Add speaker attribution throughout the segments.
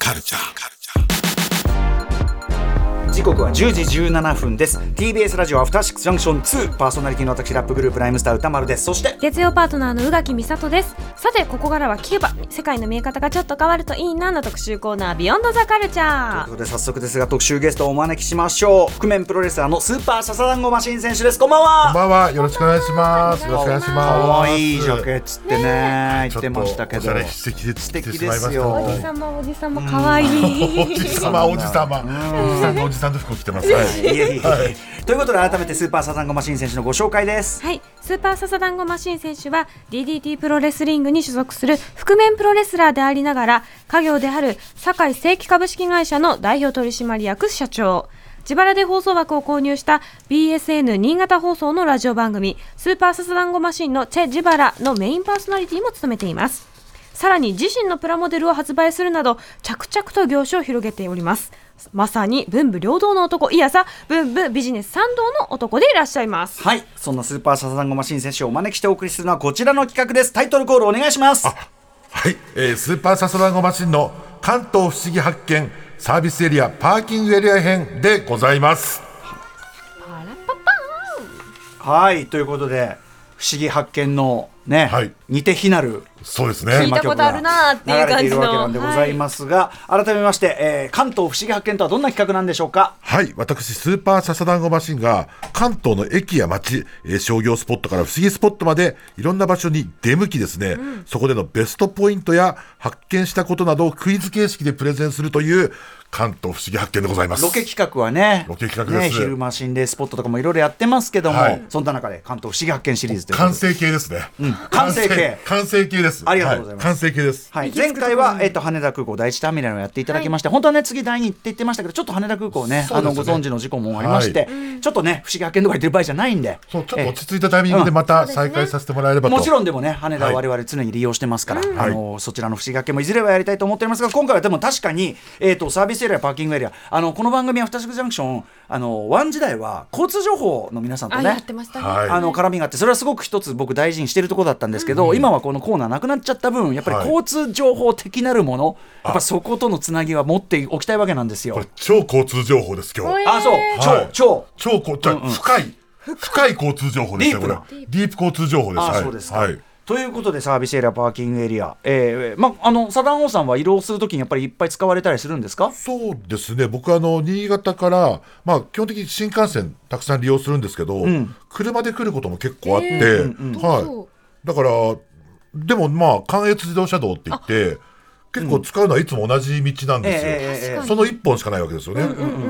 Speaker 1: カルチャー。
Speaker 2: 時刻は10時17分です TBS ラジオアフターシックスジャンクション2パーソナリティの私ラップグループライムスター歌丸ですそして
Speaker 3: 月曜パートナーの宇垣美里ですさてここからはキューバ世界の見え方がちょっと変わるといいなの特集コーナービヨンドザカルチャ
Speaker 2: という
Speaker 3: ー
Speaker 2: ことで早速ですが特集ゲストをお招きしましょう覆面プロレスラーのスーパーササダンゴマシン選手ですこんばん
Speaker 1: こん
Speaker 2: は
Speaker 1: ばんは。よろしくお願いします。よろしくお願いします。
Speaker 2: 可愛いジャケットってね
Speaker 1: ち
Speaker 2: 言
Speaker 1: ょ
Speaker 2: ってましたけ
Speaker 1: っとお
Speaker 2: ど
Speaker 1: しゃれ素敵で
Speaker 2: 素敵
Speaker 1: してしまいました
Speaker 2: ですよ
Speaker 1: はい
Speaker 3: おじさまおじさま可愛い
Speaker 1: お じさま、おじさま。おじさんのおじさんの服を着てます。はい
Speaker 2: いえいえいえということで改めてスーパーササダンゴマシン選手のご紹介です
Speaker 3: はい、スーパーササダンゴマシン選手は DDT プロレスリングに所属する覆面プロレスラーでありながら家業である堺正規株式会社の代表取締役社長自腹で放送枠を購入した BSN 新潟放送のラジオ番組「スーパーササダンゴマシン」のチェ・ジバラのメインパーソナリティも務めていますさらに自身のプラモデルを発売するなど着々と業種を広げておりますまさに文武両道の男いやさ文武ビジネス賛同の男でいらっしゃいます
Speaker 2: はいそんなスーパーササダンゴマシン選手をお招きしてお送りするのはこちらの企画ですタイトルコールお願いします
Speaker 1: はい、えースーパーサソランゴマシンの関東不思議発見サービスエリアパーキングエリア編でございます。
Speaker 3: パラパパーン
Speaker 2: はいということで「不思議発見」のね、
Speaker 1: はい
Speaker 2: 似て非なる
Speaker 1: そうです
Speaker 3: 聞い
Speaker 1: ね。
Speaker 3: たことあるなーっていう感
Speaker 2: 流
Speaker 3: じの
Speaker 2: れているわけなんでございますが、改めまして、えー関東不思議発見とはどんな企画なんでしょうか
Speaker 1: はい、私スーパーサソランゴマシンが関東の駅や町、えー商業スポットから不思議スポットまでいろんな場所に出向きですね、そこでのベストポイントや発見したことなどをクイズ形式でプレゼンするという関東不思議発見でございます。
Speaker 2: ロケ企画はね
Speaker 1: ロケ企画です
Speaker 2: ね昼間心霊スポットとかもいろいろやってますけども、
Speaker 1: はい
Speaker 2: そんな中で関東不思議発見シリーズということ
Speaker 1: 完
Speaker 2: で
Speaker 1: 成形ですね。
Speaker 2: 完成形
Speaker 1: 完成形です。
Speaker 2: ありがとうございます
Speaker 1: は完成形です。
Speaker 2: はい、前回は、えっと羽田空港第一ターミナルをやっていただきまして、本当はね次第二って言ってましたけどちょっと羽田空港ね
Speaker 1: そう
Speaker 2: あ
Speaker 1: ですね
Speaker 2: のご存知の事故もありまして、ちょっとね不思議発見とか言ってる場合じゃないんで
Speaker 1: そうちょっと落ち着いたタイミングでまた再開させてもらえればと。
Speaker 2: もちろんでもね羽田は
Speaker 1: はい
Speaker 2: 我々常に利用してますから、
Speaker 1: ん
Speaker 2: あのそちらの不思議がけもいずれはやりたいと思っておりますが今回はでも確かに、えー、とサービスエリアパーキングエリアあのこの番組「アフターシックスジャンクション」あのワン時代は交通情報の皆さんと
Speaker 3: あやっ
Speaker 2: ね
Speaker 3: てましたね、
Speaker 1: はい
Speaker 2: あの絡みがあってそれはすごく一つ僕大事にしてるところだったんですけど、今はこのコーナーなくなっちゃった分やっぱり
Speaker 1: はい
Speaker 2: 交通情報的なるもの、やっぱそことのつなぎは持っておきたいわけなんです
Speaker 1: こ
Speaker 2: よ
Speaker 1: れ。超交通情報です今
Speaker 3: お
Speaker 1: 日
Speaker 3: い。
Speaker 2: あそう、
Speaker 1: はい
Speaker 2: 超
Speaker 1: 超こじゃあ深い深い交通情報ですね
Speaker 2: ディー
Speaker 1: こ
Speaker 2: プ
Speaker 1: れ
Speaker 2: な。
Speaker 1: ディープ交通情報です。
Speaker 2: あ
Speaker 1: はい
Speaker 2: そうですか
Speaker 1: はい。
Speaker 2: ということでサービスエリアパーキングエリア、えーまあのサダンオさんは移動するときにやっぱりいっぱい使われたりするんですか
Speaker 1: そうですね僕あの新潟から、まあ、基本的に新幹線たくさん利用するんですけど、車で来ることも結構あって、
Speaker 3: え
Speaker 1: は
Speaker 3: そ
Speaker 1: い、だからでもまあ関越自動車道って言って結構使うのはいつも同じ道なんですよ。
Speaker 2: え
Speaker 3: 確かに
Speaker 1: その1本しかないわけですよね、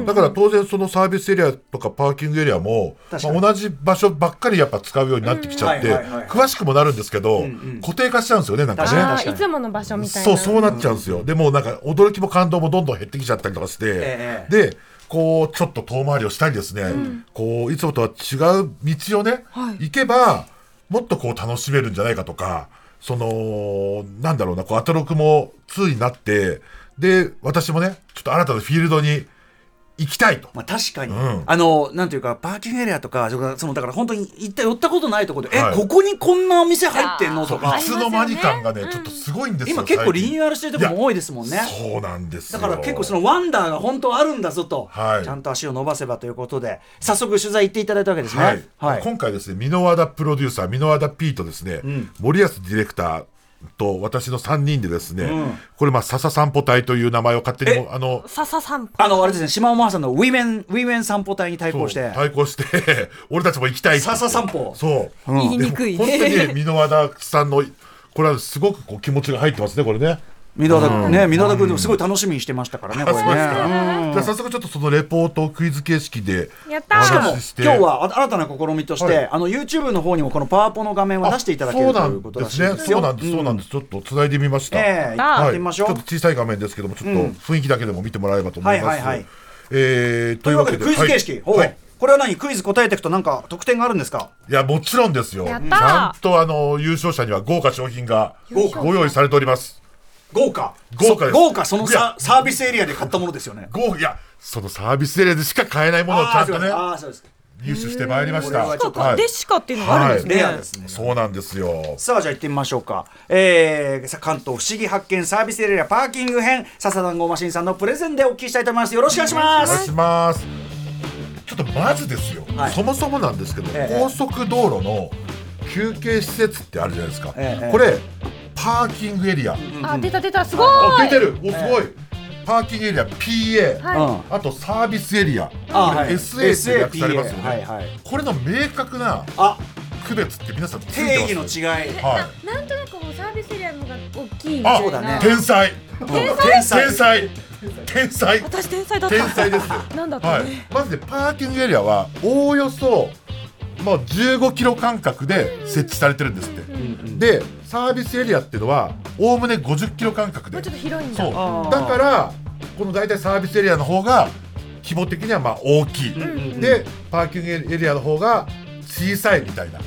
Speaker 1: だから当然そのサービスエリアとかパーキングエリアも、
Speaker 2: 確か
Speaker 1: ま
Speaker 2: に
Speaker 1: あ、同じ場所ばっかりやっぱ使うようになってきちゃって、
Speaker 2: うんはいはいはい
Speaker 1: 詳しくもなるんですけど、固定化しちゃうんですよねなんか
Speaker 2: 確かに
Speaker 1: ね。
Speaker 3: あーいつもの場所みたいな
Speaker 1: そうそうなっちゃうんですよ、でもうなんか驚きも感動もどんどん減ってきちゃったりとかして、
Speaker 2: ええ
Speaker 1: でこうちょっと遠回りをしたりですね、こういつもとは違う道をね、
Speaker 3: はい
Speaker 1: 行けばもっとこう楽しめるんじゃないかとかそのなんだろうなこうアトロクも2になってで私もねちょっと新たなフィールドに行きたいと。
Speaker 2: まあ、確かに、
Speaker 1: ん
Speaker 2: あのなんていうかパーキングエリアとかそのそのだから本当に行った寄ったことないところで、
Speaker 1: はい
Speaker 2: えここにこんなお店入ってんのと
Speaker 1: そうい
Speaker 2: か
Speaker 3: あ
Speaker 1: つの間に感がねちょっとすごいんですよ
Speaker 2: 今結構リニューアルしてるところも多い
Speaker 1: で
Speaker 2: ですもんね
Speaker 1: そうなんです
Speaker 2: だ
Speaker 1: よ
Speaker 2: から結構そのワンダーが本当はあるんだぞと、
Speaker 1: はい
Speaker 2: ちゃんと足を伸ばせばということで早速取材行っていただいたわけですね
Speaker 1: はい、
Speaker 2: はい、
Speaker 1: 今回ですね箕輪田プロデューサー箕輪田 P とですね、森保ディレクターと私の3人でですね、これまあ笹散歩隊という名前を勝手にもあの
Speaker 3: 笹散歩
Speaker 2: あのあれですね島尾真帆さんのウィメンウィメン散歩隊に対
Speaker 1: そう
Speaker 2: 抗して
Speaker 1: 対抗して 俺たちも行きたいって
Speaker 2: 笹散歩
Speaker 1: そう、
Speaker 3: 言いにくい
Speaker 1: でも本当にね 箕輪田さんのこれはすごくこう気持ちが入ってますねこれね
Speaker 2: 箕輪田君ね箕輪田君でもすごい楽しみにしてましたからねこ
Speaker 1: あ
Speaker 2: れ
Speaker 1: そ
Speaker 2: ね
Speaker 1: うですか、じゃあ早速ちょっとそのレポートをクイズ形式で
Speaker 3: やったー
Speaker 1: お
Speaker 2: しかも
Speaker 1: 話しして
Speaker 2: 今日はあ新たな試みとして、
Speaker 1: はい
Speaker 2: あの YouTube の方にもこのパワポの画面を出していただけるということらしいんですよ。
Speaker 1: そうなんですね。そうなんです。そうなんです。ちょっと繋いでみました。
Speaker 2: ええ
Speaker 3: や
Speaker 2: ってみましょう
Speaker 1: ちょっと小さい画面ですけども、ちょっと雰囲気だけでも見てもらえればと思います。
Speaker 2: はいはいはい
Speaker 1: えー、
Speaker 2: と
Speaker 1: とい
Speaker 2: いう
Speaker 1: う
Speaker 2: わ
Speaker 1: わ
Speaker 2: け
Speaker 1: け
Speaker 2: でク
Speaker 1: で
Speaker 2: イズ形式、
Speaker 1: はい
Speaker 2: ほう
Speaker 1: はい
Speaker 2: これは何クイズ答えていくとなんか得点があるんですか
Speaker 1: いやもちろんですよ。ち
Speaker 3: や
Speaker 1: ゃ
Speaker 3: ったー
Speaker 1: んとあの優勝者には豪華商品が
Speaker 2: 豪華
Speaker 1: ご用意されております。
Speaker 2: 豪華
Speaker 1: 豪華です
Speaker 2: そ豪華その
Speaker 1: いや
Speaker 2: ササービスエリアで買ったものですよね
Speaker 1: 豪いやそのサービスエリアでしか買えないものをち
Speaker 2: あー
Speaker 1: ゃん
Speaker 2: そう
Speaker 1: と
Speaker 2: です
Speaker 1: ね
Speaker 2: あーそうです
Speaker 1: 入手してまいりまし
Speaker 2: へ
Speaker 1: た。
Speaker 2: ー
Speaker 3: しか
Speaker 1: は
Speaker 3: か
Speaker 1: い
Speaker 3: でしかっていうのがあるんですね。
Speaker 2: レアですね
Speaker 1: そうなんですよ。
Speaker 2: さあじゃあ行ってみましょうか、えー、さ関東不思議発見サービスエリアパーキング編笹団子マシンさんのプレゼンでお聞きしたいと思いますよろしくお願いしま
Speaker 1: お願い
Speaker 2: す
Speaker 1: します。ちょっとまずですよ、
Speaker 2: はい
Speaker 1: そもそもなんですけど、
Speaker 2: ええ
Speaker 1: 高速道路の休憩施設ってあるじゃないですか、
Speaker 2: ええ
Speaker 1: これパーキングエリア、
Speaker 3: あ出た出たすご
Speaker 1: あ
Speaker 3: ーい。
Speaker 1: 出てるおすごい、パーキングエリア PA、
Speaker 2: う
Speaker 3: は。
Speaker 2: ん
Speaker 1: あとサービスエリア、
Speaker 2: あ
Speaker 1: こ
Speaker 2: はい
Speaker 1: れ SA って略されますよね、
Speaker 2: SAPA はいはい
Speaker 1: これの明確な
Speaker 2: あ
Speaker 1: 区別って皆さんついて
Speaker 2: 定義の
Speaker 1: ます
Speaker 2: 違い
Speaker 1: は
Speaker 3: な
Speaker 1: い
Speaker 3: んとなくもうサービスエリアの方が大きいみ
Speaker 1: あ
Speaker 3: たいな。
Speaker 1: 天才
Speaker 2: 天
Speaker 1: 天才天才
Speaker 3: 私天才だった。
Speaker 1: 天才ですよ
Speaker 3: なんだった
Speaker 1: は
Speaker 3: ね
Speaker 1: い、まずでパーキングエリアはおおよそ、まあ、15キロ間隔で設置されてるんですって、でサービスエリアっていうのはおおむね50キロ間隔
Speaker 3: もう
Speaker 1: で
Speaker 3: ちょっと広いんだ。
Speaker 1: そう
Speaker 2: あー
Speaker 1: だからこの大体サービスエリアの方が規模的にはまあ大きい、
Speaker 2: ん
Speaker 1: でパーキングエリアの方が小さいみたいな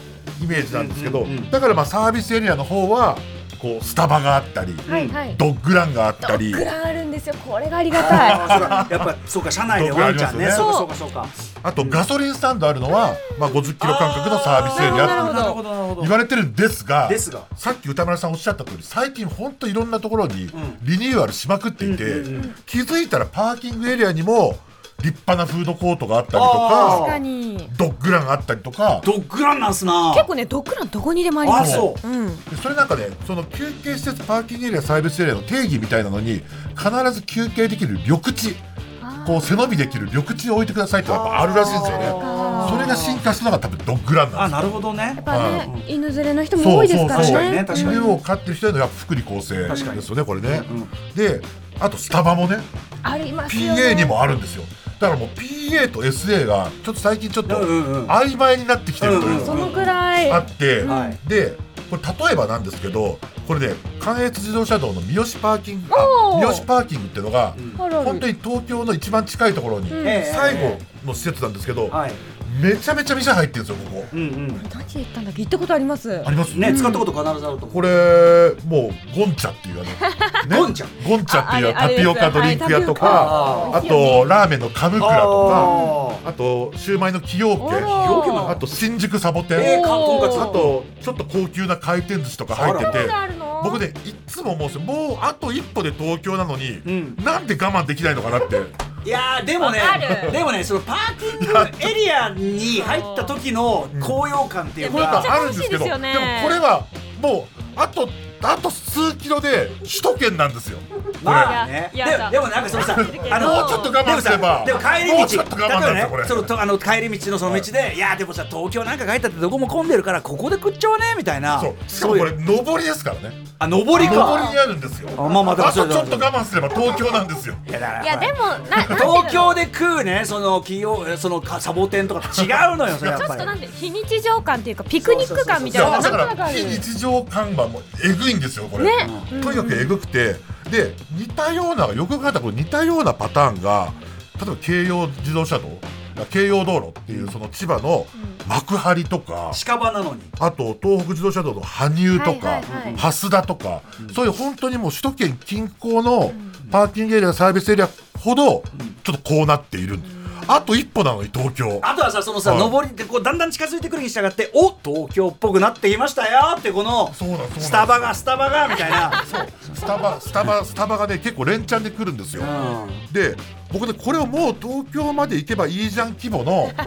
Speaker 1: イメージなんですけ
Speaker 2: う
Speaker 1: ど、
Speaker 2: んうんうん
Speaker 1: だからまあサービスエリアの方はこうスタバがあったり、
Speaker 3: はいはい。
Speaker 1: ドッグランがあったり
Speaker 3: ドッグランあるんですよ。これがありがたい。
Speaker 2: あーそうだやっぱそうか社内でワンちゃんね
Speaker 1: 毒あります
Speaker 2: そ
Speaker 1: よ
Speaker 2: う
Speaker 3: ね
Speaker 2: かそうかそうか
Speaker 1: あとガソリンスタンドあるのは、まあ、50キロ間隔のサービスエリアってい
Speaker 3: なる
Speaker 1: う
Speaker 3: ほどなる
Speaker 2: ほどなるほど
Speaker 1: 言われてるんですが
Speaker 2: ですが
Speaker 1: さっき歌丸さんおっしゃった通り最近ほんといろんなところに
Speaker 2: ん
Speaker 1: リニューアルしまくっていて、
Speaker 2: うんうんうん
Speaker 1: 気づいたらパーキングエリアにも立派なフードコートがあったりと
Speaker 2: あー
Speaker 1: か
Speaker 3: 確かに。
Speaker 1: ドッグランがあったりとか
Speaker 2: ドッグランなんすな
Speaker 3: 結構ねドッグランどこにでもあります。。
Speaker 2: あそう
Speaker 3: うん。
Speaker 1: でそれなんかねその休憩施設パーキングエリアサービスエリアの定義みたいなのに必ず休憩できる緑地こう背伸びできる緑地を置いてくださいってやっぱあるらしいんですよね
Speaker 3: あ
Speaker 1: それが進化したのが多分ドッグランなんですよ
Speaker 2: あなるほどね
Speaker 3: やっぱね犬連れの人も多いですからね。
Speaker 1: そうそうそ
Speaker 2: 確
Speaker 1: う
Speaker 2: かにね確かに
Speaker 1: 犬を飼ってる人へのやっぱ福利厚生
Speaker 2: 確かに
Speaker 1: ですよねこれね、
Speaker 2: うん
Speaker 1: であとスタバもね
Speaker 3: ありますよね。
Speaker 1: PA にもあるんですよだからもう PA と SA がちょっと最近ちょっと
Speaker 2: うんうんうん
Speaker 1: 曖昧になってきてるという
Speaker 2: うん
Speaker 1: か
Speaker 2: う
Speaker 3: そのくらい。
Speaker 1: あって、
Speaker 2: はい
Speaker 1: でこれ例えばなんですけどこれね関越自動車道の三好パーキング
Speaker 3: お
Speaker 1: あ
Speaker 3: ー
Speaker 1: 三好パーキングっていうのが、
Speaker 3: あるある
Speaker 1: 本当に東京の一番近いところに
Speaker 3: うん
Speaker 2: ええ
Speaker 1: 最後の施設なんですけど、
Speaker 2: はい
Speaker 1: めちゃめちゃ店入ってるんですよここ、
Speaker 2: うんうん
Speaker 3: 何で行ったんだっけ行ったことあります
Speaker 1: あ。ります
Speaker 2: ね使ったこと必ずあると思
Speaker 1: これもうゴンチャっていうあの、ね
Speaker 2: ゴンチャ
Speaker 1: ゴンチャっていう
Speaker 3: ああ
Speaker 1: タ
Speaker 3: れ
Speaker 1: ピオカドリンク屋とか、
Speaker 2: あ
Speaker 1: あとラーメンのカムクラとか
Speaker 2: あー
Speaker 1: あとシューマイの崎陽
Speaker 3: お
Speaker 1: 軒
Speaker 3: ー
Speaker 2: 容器も
Speaker 1: あと新宿サボテン、
Speaker 2: えー、かとんかつ
Speaker 1: あとちょっと高級な回転寿司とか入って
Speaker 3: ま
Speaker 1: て
Speaker 3: だあるの？
Speaker 1: 僕ねいっつも思うんですよもうあと一歩で東京なのに、
Speaker 2: ん
Speaker 1: なんで我慢できないのかなって
Speaker 2: いやーでもね
Speaker 3: わかる
Speaker 2: でもねそのパーキングエリアに入った時の高揚感っていう
Speaker 1: これ
Speaker 3: めっ
Speaker 1: が
Speaker 2: か
Speaker 3: ちゃ
Speaker 1: あるんですけど
Speaker 3: 楽しいです
Speaker 1: で
Speaker 3: よ
Speaker 1: も
Speaker 3: ね
Speaker 1: これはもうあとあと数キロで首都圏なんですよ。
Speaker 2: まあね
Speaker 3: い
Speaker 2: で
Speaker 3: やいやだ
Speaker 2: でもなんかそのさあの
Speaker 1: もうちょっと我慢すれば
Speaker 2: でもさでも
Speaker 1: もう
Speaker 2: 帰
Speaker 1: ちょ
Speaker 2: り
Speaker 1: っ
Speaker 2: 道
Speaker 1: と
Speaker 2: 例え
Speaker 1: 我慢なんだよこ
Speaker 2: ばね
Speaker 1: れ
Speaker 2: そのとあの帰り道のその道で、い、やでもさ東京なんか帰ったってどこも混んでるからここで食っちゃおうねみたいな
Speaker 1: そうしかもこれ
Speaker 2: そういう
Speaker 1: 上りですからね
Speaker 2: あ上り
Speaker 1: 上り
Speaker 2: か
Speaker 1: にあるんですよ
Speaker 2: あまあまあだから
Speaker 1: あ
Speaker 2: そ
Speaker 1: と
Speaker 2: れ
Speaker 1: ちょっと我慢すれば東京なんですよ
Speaker 2: いやだから
Speaker 3: いやでもななんていうの
Speaker 2: 東京で食うねその企業えそのかサボテンとか違うのよそれやっ
Speaker 3: ちょ
Speaker 2: ぱ
Speaker 3: っと
Speaker 2: り
Speaker 3: なんて非日常感っていうかピクニック感み
Speaker 1: い
Speaker 3: たいな
Speaker 1: や
Speaker 3: のが
Speaker 1: だ
Speaker 3: な
Speaker 1: か
Speaker 3: んとなく
Speaker 1: ら
Speaker 3: ある
Speaker 1: 非日常看板もえぐいんですよこれ、
Speaker 3: ね
Speaker 1: とにかくえぐくてで似たようなよく考えたらこれ似たようなパターンが例えば京葉自動車道京葉道路っていうその千葉の幕張とか、
Speaker 2: 近場なのに
Speaker 1: あと東北自動車道の羽生とか、
Speaker 3: はいはいはい
Speaker 1: 蓮田とか、そういう本当にもう首都圏近郊のパーキングエリアサービスエリアほどちょっとこうなっている、あと一歩なのに東京
Speaker 2: あとはさそのさ、
Speaker 1: はい
Speaker 2: 上りってこうだんだん近づいてくるに従ってお東京っぽくなってきましたよってこの
Speaker 1: そうだそうだ
Speaker 2: スタバがスタバがみたいな
Speaker 1: スタバスタバスタバがね結構連チャンで来るんですよ、で僕ねこれをもう東京まで行けばいいじゃん規模のパ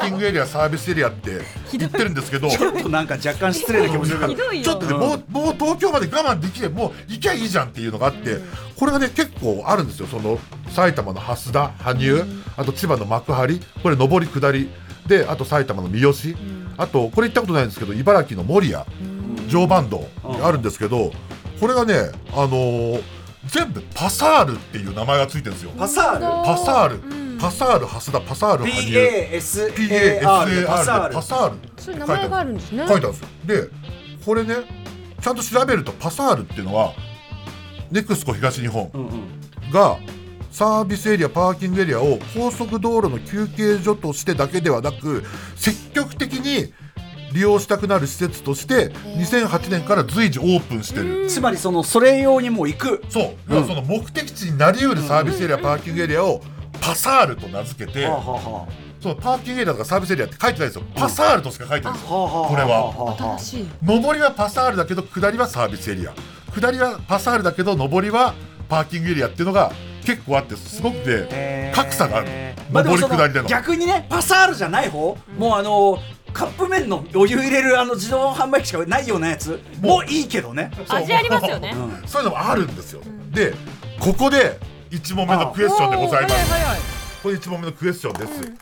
Speaker 1: ーキングエリアサービスエリア って言ってるんですけど
Speaker 2: ちょっとなんか若干失礼な気もするけど
Speaker 3: ひどいよ
Speaker 1: ちょっとね、もうもう東京まで我慢できてもう行きゃいいじゃんっていうのがあって、これがね結構あるんですよその埼玉の蓮田羽生、あと千葉の幕張これ上り下りであと埼玉の三好、あとこれ行ったことないんですけど茨城の守谷、常磐道にあるんですけど、これがねあのー全部パサールっていう名前がついてるんですよ。
Speaker 2: パサー
Speaker 1: パサール、
Speaker 3: うん
Speaker 1: パサール蓮田パサール
Speaker 2: ル
Speaker 1: 羽生
Speaker 2: PASAR パサ
Speaker 1: PASAR
Speaker 2: ール
Speaker 1: パサール
Speaker 3: そういう名前があるんですね。
Speaker 1: 書いてあるんですよでこれねちゃんと調べるとパサールっていうのはネクスコ東日本
Speaker 2: うんうん
Speaker 1: がサービスエリアパーキングエリアを高速道路の休憩所としてだけではなく積極的に利用したくなる施設として2008年から随時オープンしてる。
Speaker 2: つまりそのそれ用にもう行く
Speaker 1: そう、要はその目的地になりうるサービスエリア、パーキングエリアをパサールと名付けて、
Speaker 2: はあはあはあ
Speaker 1: そのパーキングエリアとかサービスエリアって書いてないんですよパサールとしか書いてないんですよ、これは
Speaker 3: 新しい
Speaker 1: 上りはパサールだけど下りはサービスエリア下りはパサールだけど上りはパーキングエリアっていうのが結構あってすごくて格差がある、
Speaker 2: まあで
Speaker 1: 上
Speaker 2: も
Speaker 1: り
Speaker 2: その
Speaker 1: 下りでの。
Speaker 2: 逆にねパサールじゃない方、もうあのカップ麺のお湯入れるあの自動販売機しかないようなやつもういいけどね
Speaker 1: そう
Speaker 3: 味ありますよね
Speaker 2: うん
Speaker 1: そういうのもあるんですよ、でここで1問目のクエスチョンでございます、
Speaker 3: おー早い早い
Speaker 1: これ1問目のクエスチョンです、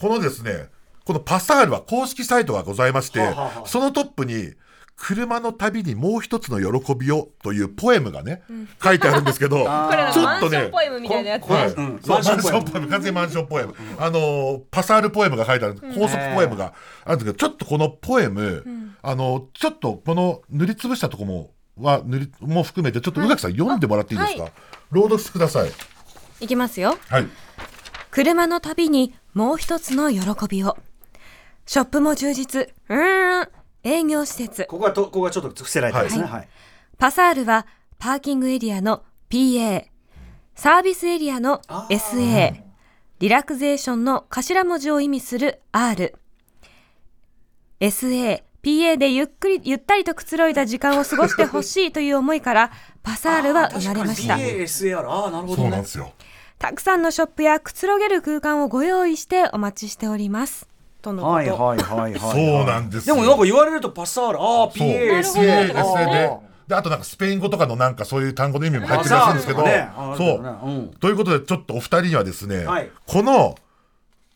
Speaker 1: このですねこのパサールは公式サイトがございまして、
Speaker 2: はあはあはあ
Speaker 1: そのトップに「車の旅にもう一つの喜びを」というポエムがね、書いてあるんですけど
Speaker 2: あ
Speaker 3: これなん
Speaker 1: ち
Speaker 3: か
Speaker 1: ょ
Speaker 3: マ
Speaker 1: っ
Speaker 3: ン
Speaker 1: と
Speaker 3: シ
Speaker 1: ね
Speaker 3: ョンポエムみたいなやつ
Speaker 2: こ
Speaker 1: は
Speaker 2: う
Speaker 1: い、
Speaker 2: ん
Speaker 1: そうマ
Speaker 2: マ
Speaker 1: ン
Speaker 2: ン
Speaker 1: シ
Speaker 2: ショ
Speaker 1: ョン
Speaker 2: ン
Speaker 1: ポ
Speaker 2: ポ
Speaker 1: エ
Speaker 2: エ
Speaker 1: ム
Speaker 2: ム
Speaker 1: 完全にマンションポエム、あのーパサールポエムが書いてある高速ポエムがあるんですけど、ちょっとこのポエム、あのーちょっとこの塗りつぶしたとこもは塗りも含めてちょっと宇垣さん読んでもらっていいですか、
Speaker 3: は
Speaker 1: 朗読してください
Speaker 3: いきますよ
Speaker 1: はい
Speaker 3: 車の旅にもう一つの喜びをショップも充実うーん営業施設
Speaker 2: ここはとここはちょっと伏せられてますね、
Speaker 1: は
Speaker 2: はいい
Speaker 3: パサールはパーキングエリアの PA サービスエリアの
Speaker 2: あ
Speaker 3: SA リラクゼーションの頭文字を意味する R SAPA でゆっくりゆったりとくつろいだ時間を過ごしてほしいという思いから パサールは生まれました
Speaker 2: あー確かに BASAR ああなるほ
Speaker 1: そ
Speaker 2: ど
Speaker 1: うなん
Speaker 2: ね
Speaker 1: ですよ
Speaker 3: たくさんのショップやくつろげる空間をご用意してお待ちしておりますとのこと、
Speaker 2: はいはいはいはい
Speaker 1: そうなんです
Speaker 2: で
Speaker 1: よ
Speaker 2: もなんか言われるとパサールああ
Speaker 1: そう
Speaker 2: PASA
Speaker 3: なるほど
Speaker 1: PASA で
Speaker 2: あー
Speaker 1: であとなんかスペイン語とかのなんかそういう単語の意味も入って
Speaker 2: パ
Speaker 1: る
Speaker 2: サール
Speaker 1: らしいんですけ
Speaker 2: と
Speaker 1: ど、
Speaker 2: かねあー
Speaker 1: そう、
Speaker 2: ねうん
Speaker 1: ということでちょっとお二人にはですね、
Speaker 2: はい
Speaker 1: この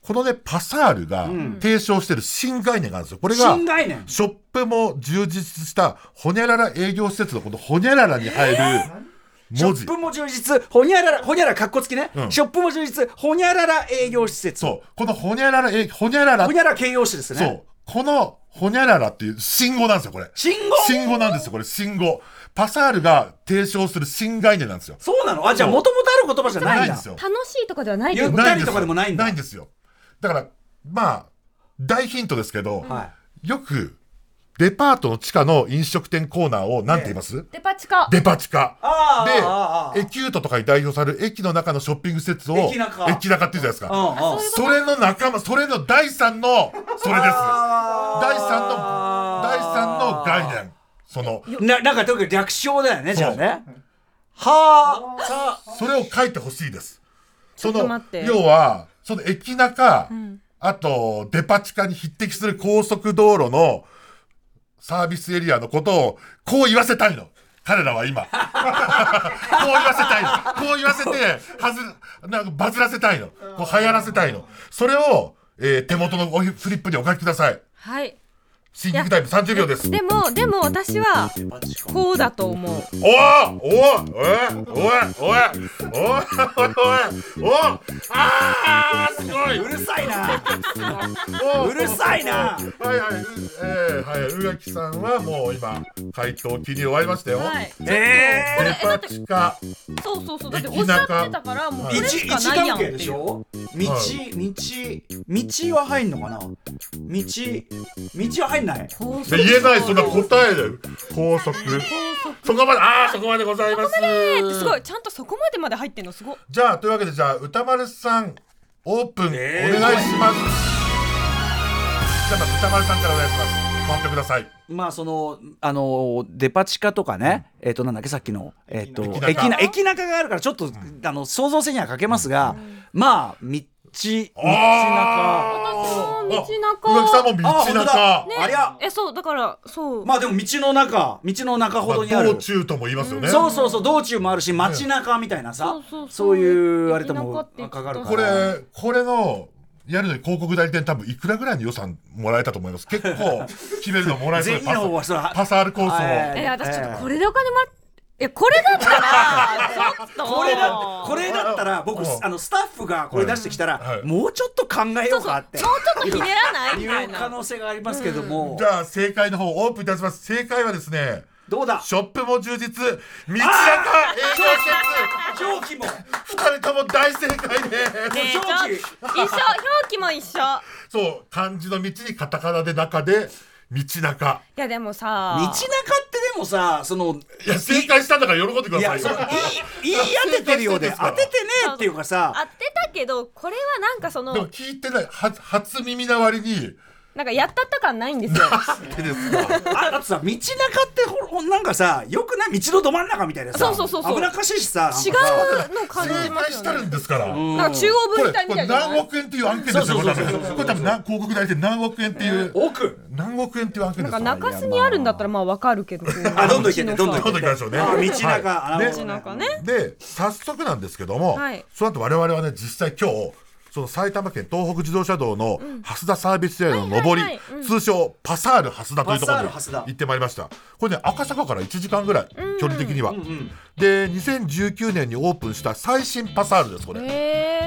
Speaker 1: このねパサールが提唱してる新概念があるんですよこれが
Speaker 2: 新概念
Speaker 1: ショップも充実したほにゃらら営業施設のこのほにゃららに入る文字、
Speaker 2: ショップも充実ほにゃららほにゃらかっこつきね、
Speaker 1: うん
Speaker 2: ショップも充実ほにゃらら営業施設
Speaker 1: そうこのほにゃららえほにゃらら
Speaker 2: ほにゃら形容詞ですね
Speaker 1: そうこのほにゃららっていう新語なんですよこれ
Speaker 2: 信号
Speaker 1: 新語なんですよこれ新語パサールが提唱する新概念なんですよ
Speaker 2: そうなのあじゃあ
Speaker 1: そう
Speaker 2: もともとある言葉じゃないんだ
Speaker 1: ないんですよ
Speaker 3: 楽しいとかではないとい
Speaker 2: 言
Speaker 3: うこ
Speaker 2: う
Speaker 3: と
Speaker 2: 二人とかでもないんだ
Speaker 1: ないんですよだからまあ大ヒントですけど、
Speaker 2: は
Speaker 1: よくデパートの地下の飲食店コーナーをなんて言います、
Speaker 3: デパ地下
Speaker 1: デパ地下
Speaker 2: あーあーあ
Speaker 1: で
Speaker 2: ー
Speaker 1: エキュートとかに代表される駅の中のショッピング施設を
Speaker 2: 駅中
Speaker 1: 駅中って言うじゃないですか、
Speaker 2: うんうん
Speaker 1: それの仲間それの第三のそれです
Speaker 2: あー
Speaker 1: 第三の第三の概念その
Speaker 2: ななんかとにかく略称だよねじゃあねはあさあ
Speaker 1: それを書いてほしいです。そ
Speaker 3: ちょっと
Speaker 1: の
Speaker 3: 待って
Speaker 1: 要はその駅中、
Speaker 3: ん
Speaker 1: あとデパ地下に匹敵する高速道路のサービスエリアのことをこう言わせたいの。彼らは今 こう言わせたいのこう言わせてはずなんかバズらせたいのこう流行らせたいのそれを、えー手元のおひフリップにお書きください
Speaker 3: はい
Speaker 1: シンキングタイム30秒です
Speaker 3: でもでも私はこうだと思う
Speaker 1: おおおおおいおいおいおいおいおいおいおいあーすごいう
Speaker 2: るさいな
Speaker 1: お
Speaker 2: うるさいな
Speaker 1: はいはい、えー、はい、宇垣さんはもう今回答切り終わりましたよ。
Speaker 3: はい
Speaker 2: え
Speaker 1: デパ地下、
Speaker 3: そうそうそうだっておっしゃってたからもうこ
Speaker 2: ー
Speaker 3: れ
Speaker 2: 一
Speaker 3: し
Speaker 2: 一
Speaker 3: かないや
Speaker 2: 関
Speaker 3: んっ
Speaker 2: 係で
Speaker 3: てい
Speaker 2: し
Speaker 3: う
Speaker 2: ょ道道道は入んのかな道道は入んない
Speaker 3: 高速
Speaker 1: で言えないそんな答えで高速。そこまで、ああそこまでございます。
Speaker 3: えーってすごいちゃんとそこまでまで入ってんのすごい
Speaker 1: じゃあというわけでじゃあ歌丸さんオープンお願
Speaker 2: え
Speaker 1: い
Speaker 2: ー
Speaker 1: します。じゃあまず歌丸さんからお願いします。待ってください。
Speaker 2: まあそのあのデパ地下とかね、えっ、となんだっけさっきのえっ、と
Speaker 1: 駅
Speaker 2: 駅
Speaker 1: 中
Speaker 2: な駅中があるからちょっと、あの想像性には欠けますが、まあ道道中
Speaker 1: あ
Speaker 3: 私も
Speaker 1: ー
Speaker 3: 道中
Speaker 1: あ宇垣さんも道
Speaker 2: あ本当だ
Speaker 1: 中。
Speaker 3: ね
Speaker 2: ありゃ
Speaker 3: えそうだからそう、
Speaker 2: まあでも道の中道の中ほどにある、
Speaker 1: 道中とも言いますよね。
Speaker 2: そうそうそう道中もあるし街中みたいなさ、
Speaker 3: そうそうそう
Speaker 2: そういうあれとも
Speaker 3: 駅中って言
Speaker 2: か
Speaker 3: った
Speaker 2: かるから
Speaker 1: これ、これの、やるのに広告代理店多分いくらぐらいの予算もらえたと思います。結構、決めるのもらえそう で
Speaker 2: 全
Speaker 1: す
Speaker 2: 員の方はそれは
Speaker 1: パサール構想。
Speaker 2: はい
Speaker 3: え私ちょっとこ
Speaker 2: え
Speaker 3: れでお金もらっえこれだったらちょっと
Speaker 2: ーこれだってこれだったら僕
Speaker 1: うん
Speaker 2: あのスタッフがこれ出してきたら、
Speaker 1: はい
Speaker 2: もうちょっと考えようかって
Speaker 3: そうそうもうちょっとひねらないみたい
Speaker 2: いう可
Speaker 3: な
Speaker 2: 能性がありますけども、
Speaker 1: じゃあ、正解の方オープンいたします。正解はですね、
Speaker 2: どうだ
Speaker 1: ショップも充実、道中営業施
Speaker 2: 蒸気も
Speaker 1: 設、二人とも大正解で
Speaker 3: ねえ
Speaker 1: す。
Speaker 3: ちょっと
Speaker 2: 表記
Speaker 3: 一緒表記も一緒い
Speaker 1: そう、漢字の道にカタカナで中で、道中。
Speaker 3: やでも
Speaker 2: 道
Speaker 3: さ
Speaker 2: 中ってでもさその
Speaker 1: いや、正解したんだから喜んでく
Speaker 2: い
Speaker 1: ださ
Speaker 2: や
Speaker 1: い
Speaker 2: そ
Speaker 1: よ
Speaker 2: の。言い言い当ててるようで
Speaker 1: 正解
Speaker 2: 当
Speaker 1: して
Speaker 2: て
Speaker 1: る
Speaker 2: てねえ
Speaker 1: んですから
Speaker 2: っていうか
Speaker 3: 当
Speaker 2: さ
Speaker 3: てたけどこれはなんかその
Speaker 1: でも聞いてないは初耳な割に
Speaker 3: なんかやったった感ないんですよ
Speaker 1: 手ですか
Speaker 2: あだってさ道中ってほなんかさよくない道のど真ん中みたいなさ
Speaker 3: そうそうそうそう
Speaker 2: 危なっかしいしさなんかさ
Speaker 3: 違うの感じ
Speaker 1: 正
Speaker 3: ま
Speaker 1: 解
Speaker 3: す
Speaker 1: し
Speaker 3: よ
Speaker 1: た
Speaker 3: ね
Speaker 1: るんですから、
Speaker 3: なんか中央
Speaker 1: こ
Speaker 3: 分
Speaker 1: れ
Speaker 3: 離帯
Speaker 1: こ
Speaker 3: みた
Speaker 1: れ
Speaker 3: いな
Speaker 1: 何億円っていう案件ですよこれ多
Speaker 2: そうそうそうそ
Speaker 1: 分
Speaker 2: う
Speaker 1: これ多分な広告代理店何億円っていう
Speaker 2: 奥
Speaker 1: 何億円っていう案件です
Speaker 3: なんか
Speaker 1: よ
Speaker 3: 中洲にあるんだったらまあわかるけど
Speaker 2: あどんどん行けてどんどん
Speaker 1: 今度行きましょうね
Speaker 2: あ道中
Speaker 1: はい
Speaker 2: あなる
Speaker 1: で
Speaker 2: ほ
Speaker 3: な
Speaker 2: ど
Speaker 3: んかね
Speaker 1: で早速なんですけども、
Speaker 3: はい
Speaker 1: その後我々はね実際今日その埼玉県東北自動車道の蓮田サービスエリアの
Speaker 3: は
Speaker 1: 上り、
Speaker 3: いはいはいうん
Speaker 1: 通称パサール蓮田というところに
Speaker 2: パサール蓮田
Speaker 1: 行ってまいりましたこれね赤坂から1時間ぐらい、距離的には、で2019年にオープンした最新パサールですこれ、
Speaker 3: へ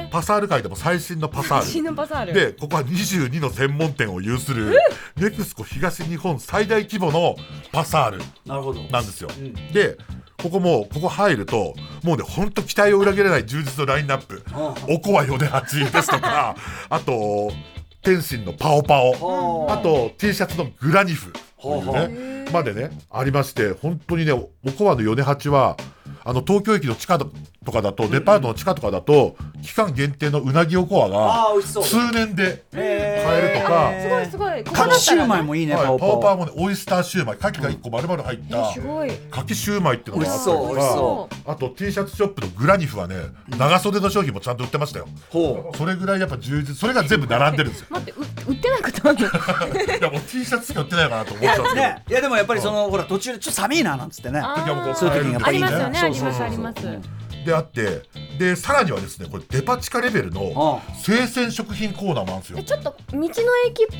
Speaker 3: え
Speaker 1: パサール界でも最新のパサール
Speaker 3: シのパサール
Speaker 1: でここは22の専門店を有するネクスコ東日本最大規模のパサール
Speaker 2: なるほど
Speaker 1: なんですよ、
Speaker 2: ん
Speaker 1: でここもうここ入るともうねほんと期待を裏切らない充実のラインナップ「おこわよで8」ですとかあと天津のパオパオ
Speaker 2: あ
Speaker 1: あと T シャツのグラニフという
Speaker 2: ほうほう
Speaker 1: ねまでねありまして本当にねおこわの米八はあの東京駅の地下とかだとデパートの地下とかだと期間限定のうなぎおこわ
Speaker 2: あー美
Speaker 1: が
Speaker 2: 味しそう
Speaker 1: 数年で買
Speaker 2: へ
Speaker 1: える
Speaker 2: ー
Speaker 1: とか。
Speaker 3: すごいすごいここだ
Speaker 2: カ
Speaker 3: ったらね
Speaker 2: キシューマイもいいね
Speaker 1: はい、
Speaker 2: パ
Speaker 1: パ
Speaker 2: オ
Speaker 1: オ
Speaker 2: パオ
Speaker 1: パーもねオイスターシューマイ牡蠣が1個丸々入っ
Speaker 3: え
Speaker 1: た
Speaker 3: すごい
Speaker 1: 牡蠣シューマイっていうのがあった
Speaker 2: 美
Speaker 1: りと
Speaker 2: 味しそ
Speaker 1: かあと T シャツショップのグラニフはね長袖の商品もちゃんと売ってましたよ
Speaker 2: ほ
Speaker 1: それぐらいやっぱ充実それが全部並んでる んですよ
Speaker 3: 待ってう売ってないことあるの
Speaker 1: いやもう T シャツしか売ってないかなと思っちゃうんです
Speaker 2: う
Speaker 1: けど
Speaker 2: ねいやでもやっぱりそのほら途中でちょっと寒いななんつってね
Speaker 3: あー
Speaker 1: 時はもうこ
Speaker 2: そういう時にやっぱ
Speaker 3: あ
Speaker 2: い
Speaker 3: り
Speaker 2: いね
Speaker 3: ますよねあります
Speaker 2: そう
Speaker 3: あ
Speaker 2: そう
Speaker 3: り
Speaker 2: そう
Speaker 3: ます
Speaker 1: であってでさらにはですねこれデパ地下レベルの
Speaker 2: あ
Speaker 1: 生鮮食品コーナーもあるんですよ
Speaker 3: えちょっと道の駅っ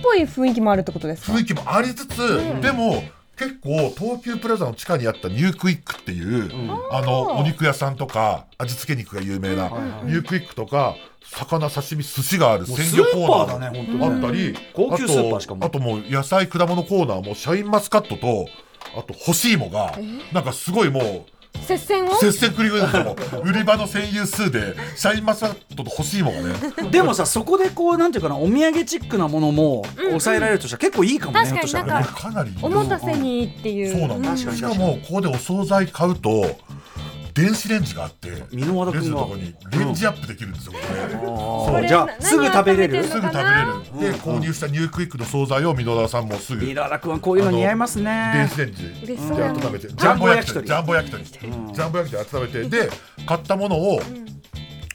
Speaker 3: ぽい雰囲気もあるってことですか
Speaker 1: 雰囲気もありつつ、でも結構東急プラザの地下にあったニュークイックっていう、あのお肉屋さんとか味付け肉が有名な、ニュークイックとか魚刺身寿司がある
Speaker 2: もう
Speaker 1: 鮮魚コー
Speaker 2: スーパー
Speaker 1: ナ
Speaker 2: だね
Speaker 1: ー
Speaker 2: 本当
Speaker 1: が
Speaker 2: に
Speaker 1: あ
Speaker 2: ね
Speaker 1: ったり、
Speaker 2: 高級スーパーしか
Speaker 1: あ
Speaker 2: も
Speaker 1: とあともう野菜果物コーナーもシャインマスカットとあと干し芋がなんかすごいもう。
Speaker 3: 接戦を
Speaker 1: 接戦繰り広げてるんですよ売り場の占有数でシャインマスカットと干し芋がね
Speaker 2: でもさそこでこうなんていうかなお土産チックなものも抑えられるとしたら結構いいかもね
Speaker 3: 確かに
Speaker 2: ひょっとしたらね
Speaker 3: なん
Speaker 1: かなり
Speaker 3: おもたせにっていう
Speaker 1: そうなんだ、
Speaker 2: 確かに
Speaker 1: しかもここでお惣菜買うと電子レンジがあって
Speaker 2: 箕輪田
Speaker 1: レン
Speaker 2: 君
Speaker 1: ジの
Speaker 2: が
Speaker 1: とこにレンジアップできるんですよ、これ
Speaker 2: あーじゃあすぐ食べれる
Speaker 3: これ何温めてんの
Speaker 1: すぐ食べれるで購入したニュークイックの惣菜を箕輪田さんもすぐ
Speaker 2: ミ
Speaker 1: 電
Speaker 2: ララ君はこういうの似合いますね
Speaker 1: 子レンジで
Speaker 3: 嬉しそうだね
Speaker 1: 温めてジャンボ焼き鳥ジ
Speaker 2: ジ
Speaker 1: ャ
Speaker 2: ャ
Speaker 1: ンボ焼き鳥ジャンボ焼き鳥温めてで買ったものを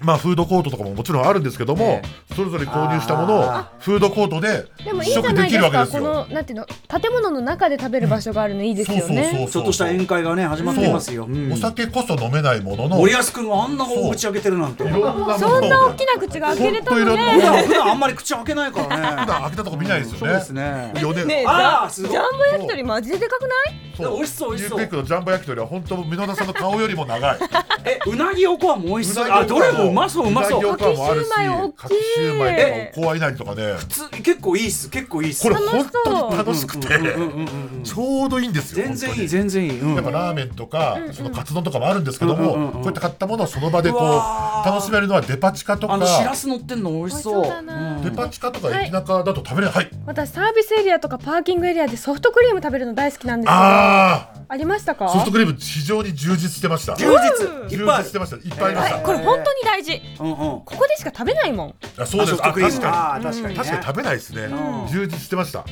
Speaker 1: まあフードコートとかももちろんあるんですけども
Speaker 2: え
Speaker 1: それぞれ購入したものを
Speaker 2: あ
Speaker 1: フードコートで
Speaker 3: でもいい
Speaker 1: 試
Speaker 3: じゃ
Speaker 1: 食
Speaker 3: な
Speaker 1: で
Speaker 3: い
Speaker 1: き
Speaker 3: で
Speaker 1: る
Speaker 3: す
Speaker 1: わけ
Speaker 3: か
Speaker 1: です
Speaker 3: こ
Speaker 1: よ
Speaker 3: のなんていうの建物の中で食べる場所があるのいいです
Speaker 1: そう
Speaker 3: よ
Speaker 1: そう
Speaker 3: ね
Speaker 1: そ
Speaker 2: ち
Speaker 1: う
Speaker 2: ょ
Speaker 1: そ
Speaker 2: っ
Speaker 1: う
Speaker 2: とした宴会がね始まってますようん
Speaker 1: お酒こそ飲めないものの
Speaker 2: 森保君があんな大口開けてるなんて
Speaker 1: いろんなもの
Speaker 3: そんな大きな口が開けれた
Speaker 1: ほんと
Speaker 3: の
Speaker 1: いろん
Speaker 2: 普
Speaker 1: な
Speaker 3: ね
Speaker 2: 段普段あんまり口開けないから
Speaker 1: 普
Speaker 2: ね
Speaker 1: 段開けたとこ見ないですよね。
Speaker 2: そうですね
Speaker 1: 4年
Speaker 3: ねえジ
Speaker 2: あ
Speaker 3: ャ
Speaker 2: ーすごい
Speaker 3: ジャンボ焼き鳥マジででかくない
Speaker 1: そう
Speaker 2: 美味しそう美味しそう
Speaker 1: ニュークイックのジャンボ焼き鳥は本当箕輪田さんの顔よりも長い。
Speaker 2: えうなぎおこわも美味しそう
Speaker 1: なぎ
Speaker 2: あどれもうまそううまそう
Speaker 1: なぎおかわもあるし、
Speaker 3: 牡蠣シューマイ大きい
Speaker 1: 牡蠣シューマイとかおこわいなりとかね。
Speaker 2: つ結構いいっす結構いいっす
Speaker 1: これ
Speaker 3: 楽し
Speaker 1: 本
Speaker 3: そう
Speaker 1: 当に楽しくて
Speaker 2: うんうんうんうん
Speaker 1: ちょうどいいんですよ。
Speaker 2: 全然
Speaker 1: 本当
Speaker 2: いい
Speaker 1: に
Speaker 2: 全然いいうん
Speaker 1: やっぱラーメンとか、そのカツ丼とかもあるんですけども、
Speaker 2: うんうんうんうん
Speaker 1: こういった買ったものをその場でこ
Speaker 2: うわ
Speaker 1: う
Speaker 2: ー
Speaker 1: 楽しめるのはデパ地下と
Speaker 2: あのしら
Speaker 1: か
Speaker 2: す乗ってんの美味しそう
Speaker 3: 美味しそうだな
Speaker 1: デパ地下とか駅中だと食べれない、はい、
Speaker 3: 私サービスエリアとかパーキングエリアでソフトクリーム食べるの大好きなんですけどあ
Speaker 1: ああ
Speaker 3: りましたか
Speaker 1: ソフトクリーム非常に充実してました充
Speaker 2: 充実いっ
Speaker 1: 実
Speaker 2: ぱいあ
Speaker 1: し
Speaker 2: る
Speaker 1: てましたいっぱいありました、
Speaker 3: これ本当に大事
Speaker 2: うんうん
Speaker 3: ここでしか食べないもん
Speaker 1: あそうですあ確かに
Speaker 2: あー確かにね
Speaker 1: 確かに食べないですね、
Speaker 2: うん
Speaker 1: 充実してました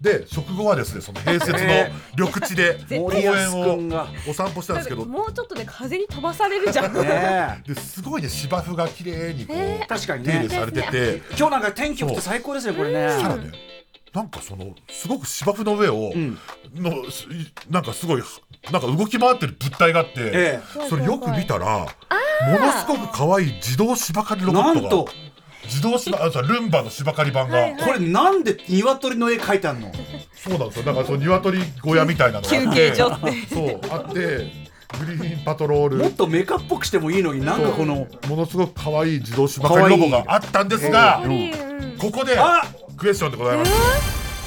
Speaker 1: で食後はですねその併設の
Speaker 2: へ
Speaker 1: 緑地で
Speaker 2: え
Speaker 1: 公園
Speaker 2: 森保君
Speaker 1: を
Speaker 2: が
Speaker 1: お散歩したんですけど
Speaker 3: もうちょっとで風に飛ばされるじゃん
Speaker 2: ね
Speaker 1: ですごいね芝生が綺麗にこ
Speaker 3: へえ
Speaker 1: う
Speaker 2: 確かに
Speaker 1: 手入れ
Speaker 2: ね
Speaker 1: されてて
Speaker 2: 今日なんか天気良くて最高ですねこれね
Speaker 1: さらねなんかそのすごく芝生の上を
Speaker 2: ん
Speaker 1: のすなんかすごいなんか動き回ってる物体があって、
Speaker 2: え
Speaker 1: それよく見たらものすごく可愛い自動芝刈りロボ
Speaker 2: な
Speaker 1: ッ
Speaker 2: ん
Speaker 1: ト
Speaker 2: と
Speaker 1: が自動芝あそうルンバの芝刈り版が、
Speaker 3: はいはい
Speaker 2: これなんで鶏の絵描いてあんの
Speaker 1: そうなんですよ。なんかその鶏小屋みたいなのがあって
Speaker 3: 休憩所っ
Speaker 1: そうあってグリーンパトロール
Speaker 2: もっとメカっぽくしてもいいのになんかこの
Speaker 1: ものすごく可愛い自動芝刈りロボがあったんですが
Speaker 3: やっぱりうん
Speaker 1: ここで
Speaker 2: あ
Speaker 1: クエスチョンでございます、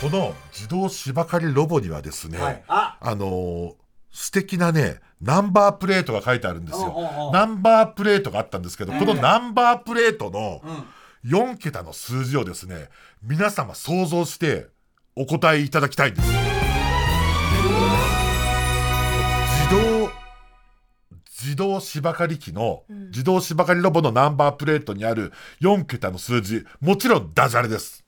Speaker 1: この自動芝刈りロボにはですね、
Speaker 2: はいあ
Speaker 1: あのー素敵なねナンバープレートが書いてあるんです
Speaker 2: おうおうお
Speaker 1: よ
Speaker 2: う
Speaker 1: ナンバープレートがあったんですけど、このナンバープレートの
Speaker 2: ん
Speaker 1: 4桁の数字をですね皆様想像してお答えいただきたいんです自動自動芝刈り機の、自動芝刈りロボのナンバープレートにある4桁の数字、もちろんダジャレです。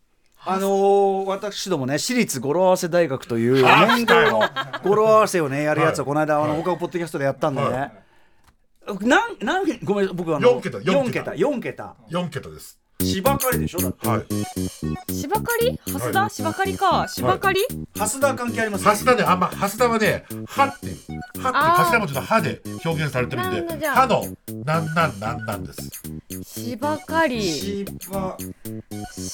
Speaker 2: あのー私どもね、私立語呂合わせ大学という年度の語呂合わせをね、やるやつをこの間、あの他のポッドキャストでやったんでね、
Speaker 1: は
Speaker 2: なんなんごめん、僕あの
Speaker 1: 四桁四桁
Speaker 2: 4桁、
Speaker 1: 4桁です。
Speaker 2: 芝刈りでしょ、だって、
Speaker 1: はい。
Speaker 3: 芝刈り蓮田、
Speaker 1: はい
Speaker 3: 芝刈りか芝刈り、
Speaker 2: 蓮田関係あります
Speaker 1: ハスダね、あんま、ハスダはね、歯っていう、歯って
Speaker 3: あー
Speaker 1: 頭文字の歯で表現されてる
Speaker 3: なん
Speaker 1: ん
Speaker 3: だ
Speaker 1: で、
Speaker 3: じゃあ
Speaker 1: 歯の、なんなんなんなんです。
Speaker 3: 芝刈り
Speaker 2: 芝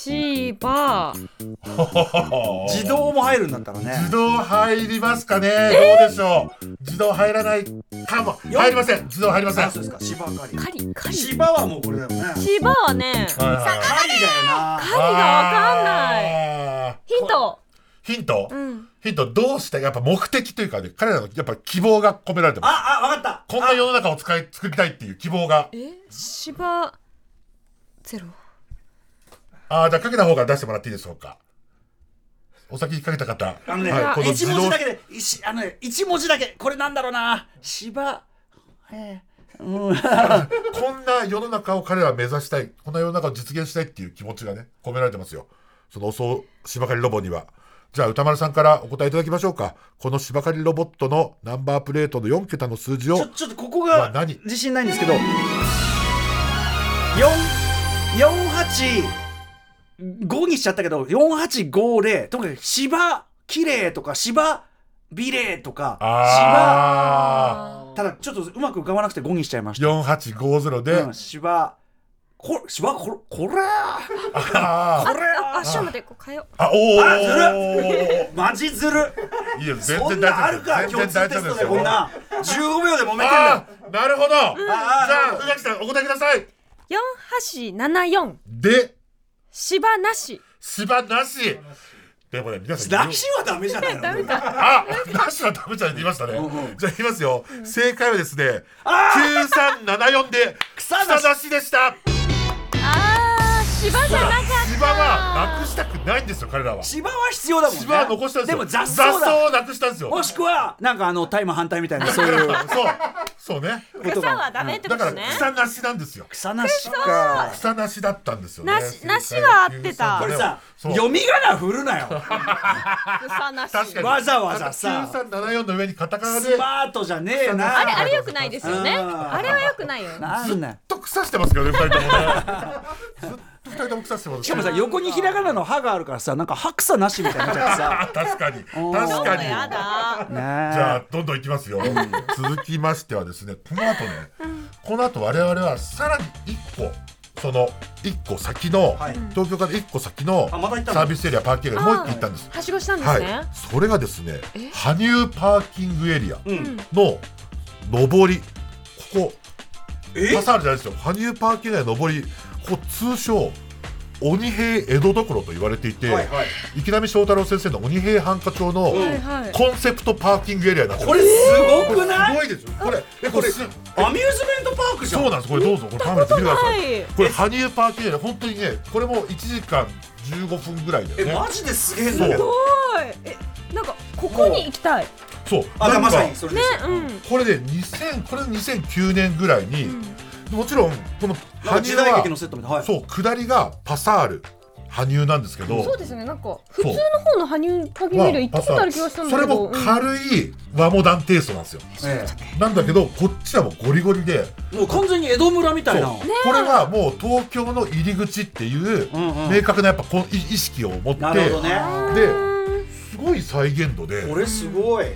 Speaker 3: 芝
Speaker 2: 自動も入るんだったらね、
Speaker 1: 自動入りますかね、どうでしょう自動入らないかも。
Speaker 2: よ
Speaker 1: 入りません自動入りません
Speaker 2: あそうですか、芝刈
Speaker 3: 刈り刈
Speaker 2: り、
Speaker 3: り
Speaker 2: 芝はもうこれだよね、
Speaker 3: 芝はね
Speaker 1: はいはいはい
Speaker 2: 刈りだよな、
Speaker 3: 刈りがわかんない
Speaker 1: あー
Speaker 3: ヒント
Speaker 1: ヒント、
Speaker 3: うん
Speaker 1: ヒントどうしてやっぱ目的というかね彼らのやっぱ希望が込められてます
Speaker 2: ああ、わかった、
Speaker 1: こんな世の中を使い作りたいっていう希望が
Speaker 3: え芝ゼロ
Speaker 1: ああじゃあかけた方から出してもらっていいでしょうかお先にかけた方
Speaker 2: あのね、
Speaker 1: はいこの
Speaker 2: 一
Speaker 1: 自
Speaker 2: 文字
Speaker 1: 動
Speaker 2: だけで、いしあのね、一文字だけ、これなんだろうな、芝、えー、うん、
Speaker 1: こんな世の中を彼らは目指したいこんな世の中を実現したいっていう気持ちがね込められてますよそのおそう芝刈りロボにはじゃあ歌丸さんからお答えいただきましょうかこの芝刈りロボットのナンバープレートの4桁の数字
Speaker 2: ちょ
Speaker 1: を
Speaker 2: ちょっとここ
Speaker 1: まあ
Speaker 2: が
Speaker 1: 何
Speaker 2: 自信ないんですけど、485にしちゃったけど、4850、とにかく芝綺麗とか芝美麗とか、芝、
Speaker 1: ああ
Speaker 2: ただちょっとうまく浮かばなくて5にしちゃいました。
Speaker 1: 4850で、
Speaker 2: うん、芝、こ芝これ、これ、
Speaker 1: あー
Speaker 2: これ、
Speaker 3: あ、ちょっと待って、こう変えよう。
Speaker 1: あお
Speaker 2: あ
Speaker 1: ー
Speaker 2: マジずる。
Speaker 1: いいよ全
Speaker 2: そん
Speaker 1: 然大
Speaker 2: なあ
Speaker 1: 丈
Speaker 2: る
Speaker 1: 夫
Speaker 2: か
Speaker 1: 全
Speaker 2: 共
Speaker 1: 然
Speaker 2: 通
Speaker 1: 大
Speaker 2: テ
Speaker 1: 丈
Speaker 2: ス
Speaker 1: 夫で
Speaker 2: ト
Speaker 1: す
Speaker 2: で
Speaker 1: よ
Speaker 2: こんな15秒で揉めてんだ
Speaker 1: あーなるほど、
Speaker 2: あ
Speaker 1: じ
Speaker 2: ー
Speaker 1: ゃあ宇崎さんお答えください
Speaker 3: 四橋七四、
Speaker 1: で
Speaker 3: 芝なし。
Speaker 1: 芝なしでもね皆さん
Speaker 2: なしはダメじゃないの
Speaker 3: ダメか。
Speaker 1: あなしはダメじゃんって言いましたね
Speaker 2: うんうん
Speaker 1: じゃあ言いますよ正解はですね
Speaker 2: あ
Speaker 1: 9374で
Speaker 2: 草
Speaker 1: 草
Speaker 2: なし
Speaker 1: なしでした
Speaker 3: ああ、芝じゃなかった。
Speaker 1: 芝はなくしたくないんですよ彼らは
Speaker 2: 芝は必要だもんね
Speaker 1: 芝は残したんです
Speaker 2: で
Speaker 1: よ
Speaker 2: も雑草
Speaker 1: 雑
Speaker 2: だ
Speaker 1: 草をなくしたんですよ
Speaker 2: もしくはなんかあのタイマー反対みたいなそう いう
Speaker 1: そうそ うね
Speaker 2: こと
Speaker 3: 草は
Speaker 2: が
Speaker 3: ダメってこ
Speaker 1: だ
Speaker 3: と
Speaker 1: から
Speaker 3: ね。
Speaker 1: 草なしなんですよ
Speaker 2: 草なしか
Speaker 1: 草なしだったんですよね。
Speaker 3: なし
Speaker 1: 正解
Speaker 3: なしは合ってた
Speaker 2: これさ
Speaker 1: そう
Speaker 2: 読み仮名振るなよ
Speaker 3: 草なし。
Speaker 1: 確かに
Speaker 2: わざわざさ
Speaker 1: 九三七四の上にカタカナで
Speaker 2: スマートじゃねえな
Speaker 3: あれあれ良くないですよね。
Speaker 2: うん
Speaker 3: あれは良くないよ。
Speaker 2: なんなん
Speaker 1: と腐してますけどね二人ともね。ずっと二人とも腐 してます。
Speaker 2: しかもさ横にひらがなの歯があるからさなんか歯草なしみたいになっちゃってさ
Speaker 1: あ確かに
Speaker 2: お
Speaker 1: 確
Speaker 2: ー
Speaker 1: かに。
Speaker 3: やだ。
Speaker 2: ね
Speaker 1: じゃあどんどんいきますよ。続きましてはですねこの後ねこの後我々はさらに一個。その一個先の、
Speaker 2: はい
Speaker 1: 東京から一個先の
Speaker 2: あまた行ったの
Speaker 1: サービスエリアパーキングエリアもう一個行ったんです
Speaker 3: はしごしたんです
Speaker 1: は
Speaker 3: ね
Speaker 1: い。、それがですね
Speaker 3: え
Speaker 1: 羽生パーキングエリア
Speaker 2: ん
Speaker 1: の上り、ここ
Speaker 2: え
Speaker 1: パサールじゃないですよ羽生パーキングエリアの上りここ通称鬼平江戸所と言われていて、
Speaker 2: はいはい
Speaker 1: 池波正太郎先生の鬼平繁華町の
Speaker 3: はいはい
Speaker 1: コンセプトパーキングエリアになって
Speaker 2: こ
Speaker 1: ま
Speaker 2: れ
Speaker 1: す
Speaker 2: すごくない
Speaker 1: すごいですよこれえこ
Speaker 2: これ
Speaker 1: れ
Speaker 2: アミューズメントパークじゃん
Speaker 1: そうなんですこれどうぞこれパンフレット見てくださ
Speaker 3: ない
Speaker 1: いこれ羽生パーキングエリア本当にねこれも1時間15分ぐらいだ
Speaker 2: え
Speaker 1: よね
Speaker 2: マジですげえんだけ
Speaker 3: す
Speaker 2: ど
Speaker 3: ごい。え、なんかここに行きたい。ね、
Speaker 1: そう
Speaker 2: あだからまさ
Speaker 1: なん
Speaker 2: に
Speaker 1: か
Speaker 2: それですよ
Speaker 3: うん。
Speaker 1: これで2000これ2009年ぐらいに、もちろんこの
Speaker 2: なんか
Speaker 1: 羽
Speaker 2: 時
Speaker 1: 生
Speaker 2: 代劇の
Speaker 1: は
Speaker 2: セットみたいなはい
Speaker 1: そう下りがパサール羽生なんですけど
Speaker 3: そうですね。なんか普通
Speaker 1: そう
Speaker 3: の方の羽生パーキングエリア行ったことある気がしたんだけど。
Speaker 1: それも軽い和モダンテイストなんですよ、
Speaker 2: え
Speaker 1: なんだけどこっちはもうゴリゴリで
Speaker 2: えもう完全に江戸村みたいな
Speaker 1: そうこれはもう東京の入り口っていう
Speaker 2: うんうん
Speaker 1: 明確なやっぱこの意意識を持って
Speaker 2: なるほどね
Speaker 1: ですごい再現度で
Speaker 2: これすごい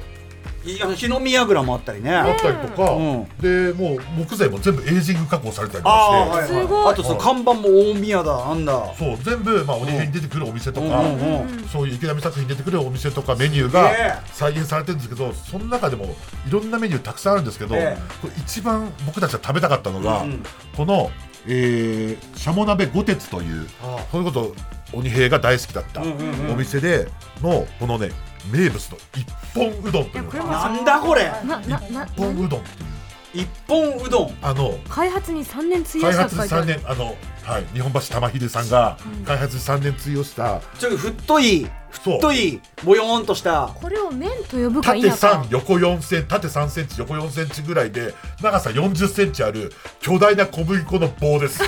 Speaker 2: いあの日の宮蔵もあったりね
Speaker 1: あったりとか、
Speaker 2: うん
Speaker 1: でもう木材も全部エイジング加工されたりと
Speaker 2: あ
Speaker 1: か
Speaker 2: ー
Speaker 1: して。
Speaker 2: はい
Speaker 3: すご
Speaker 2: はいいあとその看板も大宮だなんだ
Speaker 1: そう全部、まあ、おにぎりに出てくるお店とか、
Speaker 2: うんうんう
Speaker 1: そういう池上作品に出てくるお店とかメニュー
Speaker 2: え
Speaker 1: が再現されてるんですけど、その中でもいろんなメニューたくさんあるんですけど、
Speaker 2: ええ
Speaker 1: これ一番僕たちが食べたかったのが、
Speaker 2: うんうん
Speaker 1: この、えー、シャモ鍋五鉄という
Speaker 2: ああ
Speaker 1: そういうこと鬼平が大好きだった
Speaker 2: うんうんうん
Speaker 1: お店でのこのね名物の一本うどんとい
Speaker 3: いや
Speaker 1: うの
Speaker 3: これ
Speaker 1: が
Speaker 3: も
Speaker 2: なんだこれ
Speaker 3: ななな
Speaker 1: 一本うどんっていう
Speaker 2: 一本うどん
Speaker 1: あの
Speaker 3: 開発に3年費や
Speaker 1: 開
Speaker 3: したっ
Speaker 1: 発
Speaker 3: て書いてある
Speaker 1: 3年あの、はい、日本橋玉秀さんが開発3年費用した、
Speaker 2: ちょっと太い
Speaker 1: そう
Speaker 2: 太いぼよーんとした
Speaker 3: これを麺と呼ぶか否
Speaker 1: 縦
Speaker 3: か
Speaker 1: 3横4セン縦3センチ横4センチぐらいで長さ40センチある巨大な小麦粉の 棒です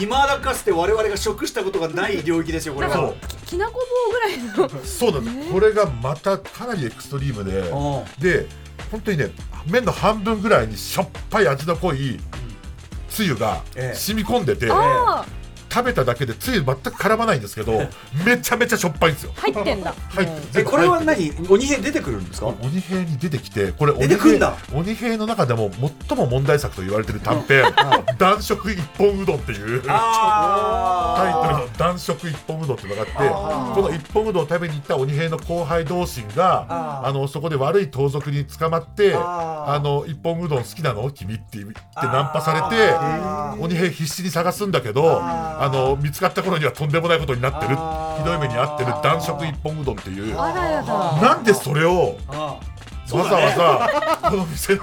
Speaker 2: いまだかつて我々が食したことがない領域ですよこれは。
Speaker 1: そう
Speaker 3: ききなこ棒ぐらいの
Speaker 1: そうなんです、これがまたかなりエクストリームで
Speaker 2: うん
Speaker 1: で本当にね麺の半分ぐらいにしょっぱい味の濃いつゆが
Speaker 2: ええ
Speaker 1: 染み込んでて、
Speaker 3: ああ
Speaker 1: 食べただけでつゆ全く絡まないんですけど めちゃめちゃしょっぱいんですよ
Speaker 3: 入ってんだ
Speaker 1: はい
Speaker 2: え
Speaker 1: 全部
Speaker 2: これは
Speaker 1: 入ってて
Speaker 2: 何鬼兵出てくるんですか
Speaker 1: 鬼兵に出てきてこれ
Speaker 2: 出てくんだ
Speaker 1: 鬼兵鬼兵の中でも最も問題作と言われてる短 編「男色一本うどん」っていうタイトル
Speaker 2: あ
Speaker 1: の「男食一本うどん」っていうのがあ
Speaker 2: あ
Speaker 1: っ
Speaker 2: ー
Speaker 1: てこの一本うどんを食べに行った鬼兵の後輩同士
Speaker 2: あ
Speaker 1: が
Speaker 2: ー
Speaker 1: あのそこで悪い盗賊に捕まって「
Speaker 2: あー
Speaker 1: あの一本うどん好きなの君」って言って
Speaker 2: あー
Speaker 1: ナンパされて
Speaker 2: あー
Speaker 1: 鬼兵必死に探すんだけど
Speaker 2: あー
Speaker 1: あの見つかった頃にはとんでもないことになってる
Speaker 2: あー
Speaker 1: ひどい目に遭ってる「男食一本うどん」っていう
Speaker 3: あらやだ
Speaker 1: なんでそれを
Speaker 2: あ
Speaker 1: わざわざこの店の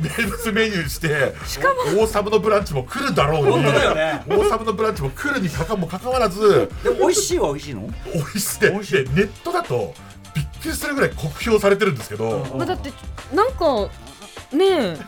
Speaker 1: 名物メニューにして王様のブランチも来るだろうに
Speaker 2: 本当だよね
Speaker 1: 王様のブランチも来るにかかもかかわらず
Speaker 2: でも美味しいは美味しいの
Speaker 1: 美味しいででネットだとびっくりするぐらい酷評されてるんですけど
Speaker 3: まあ、だってなんかねえ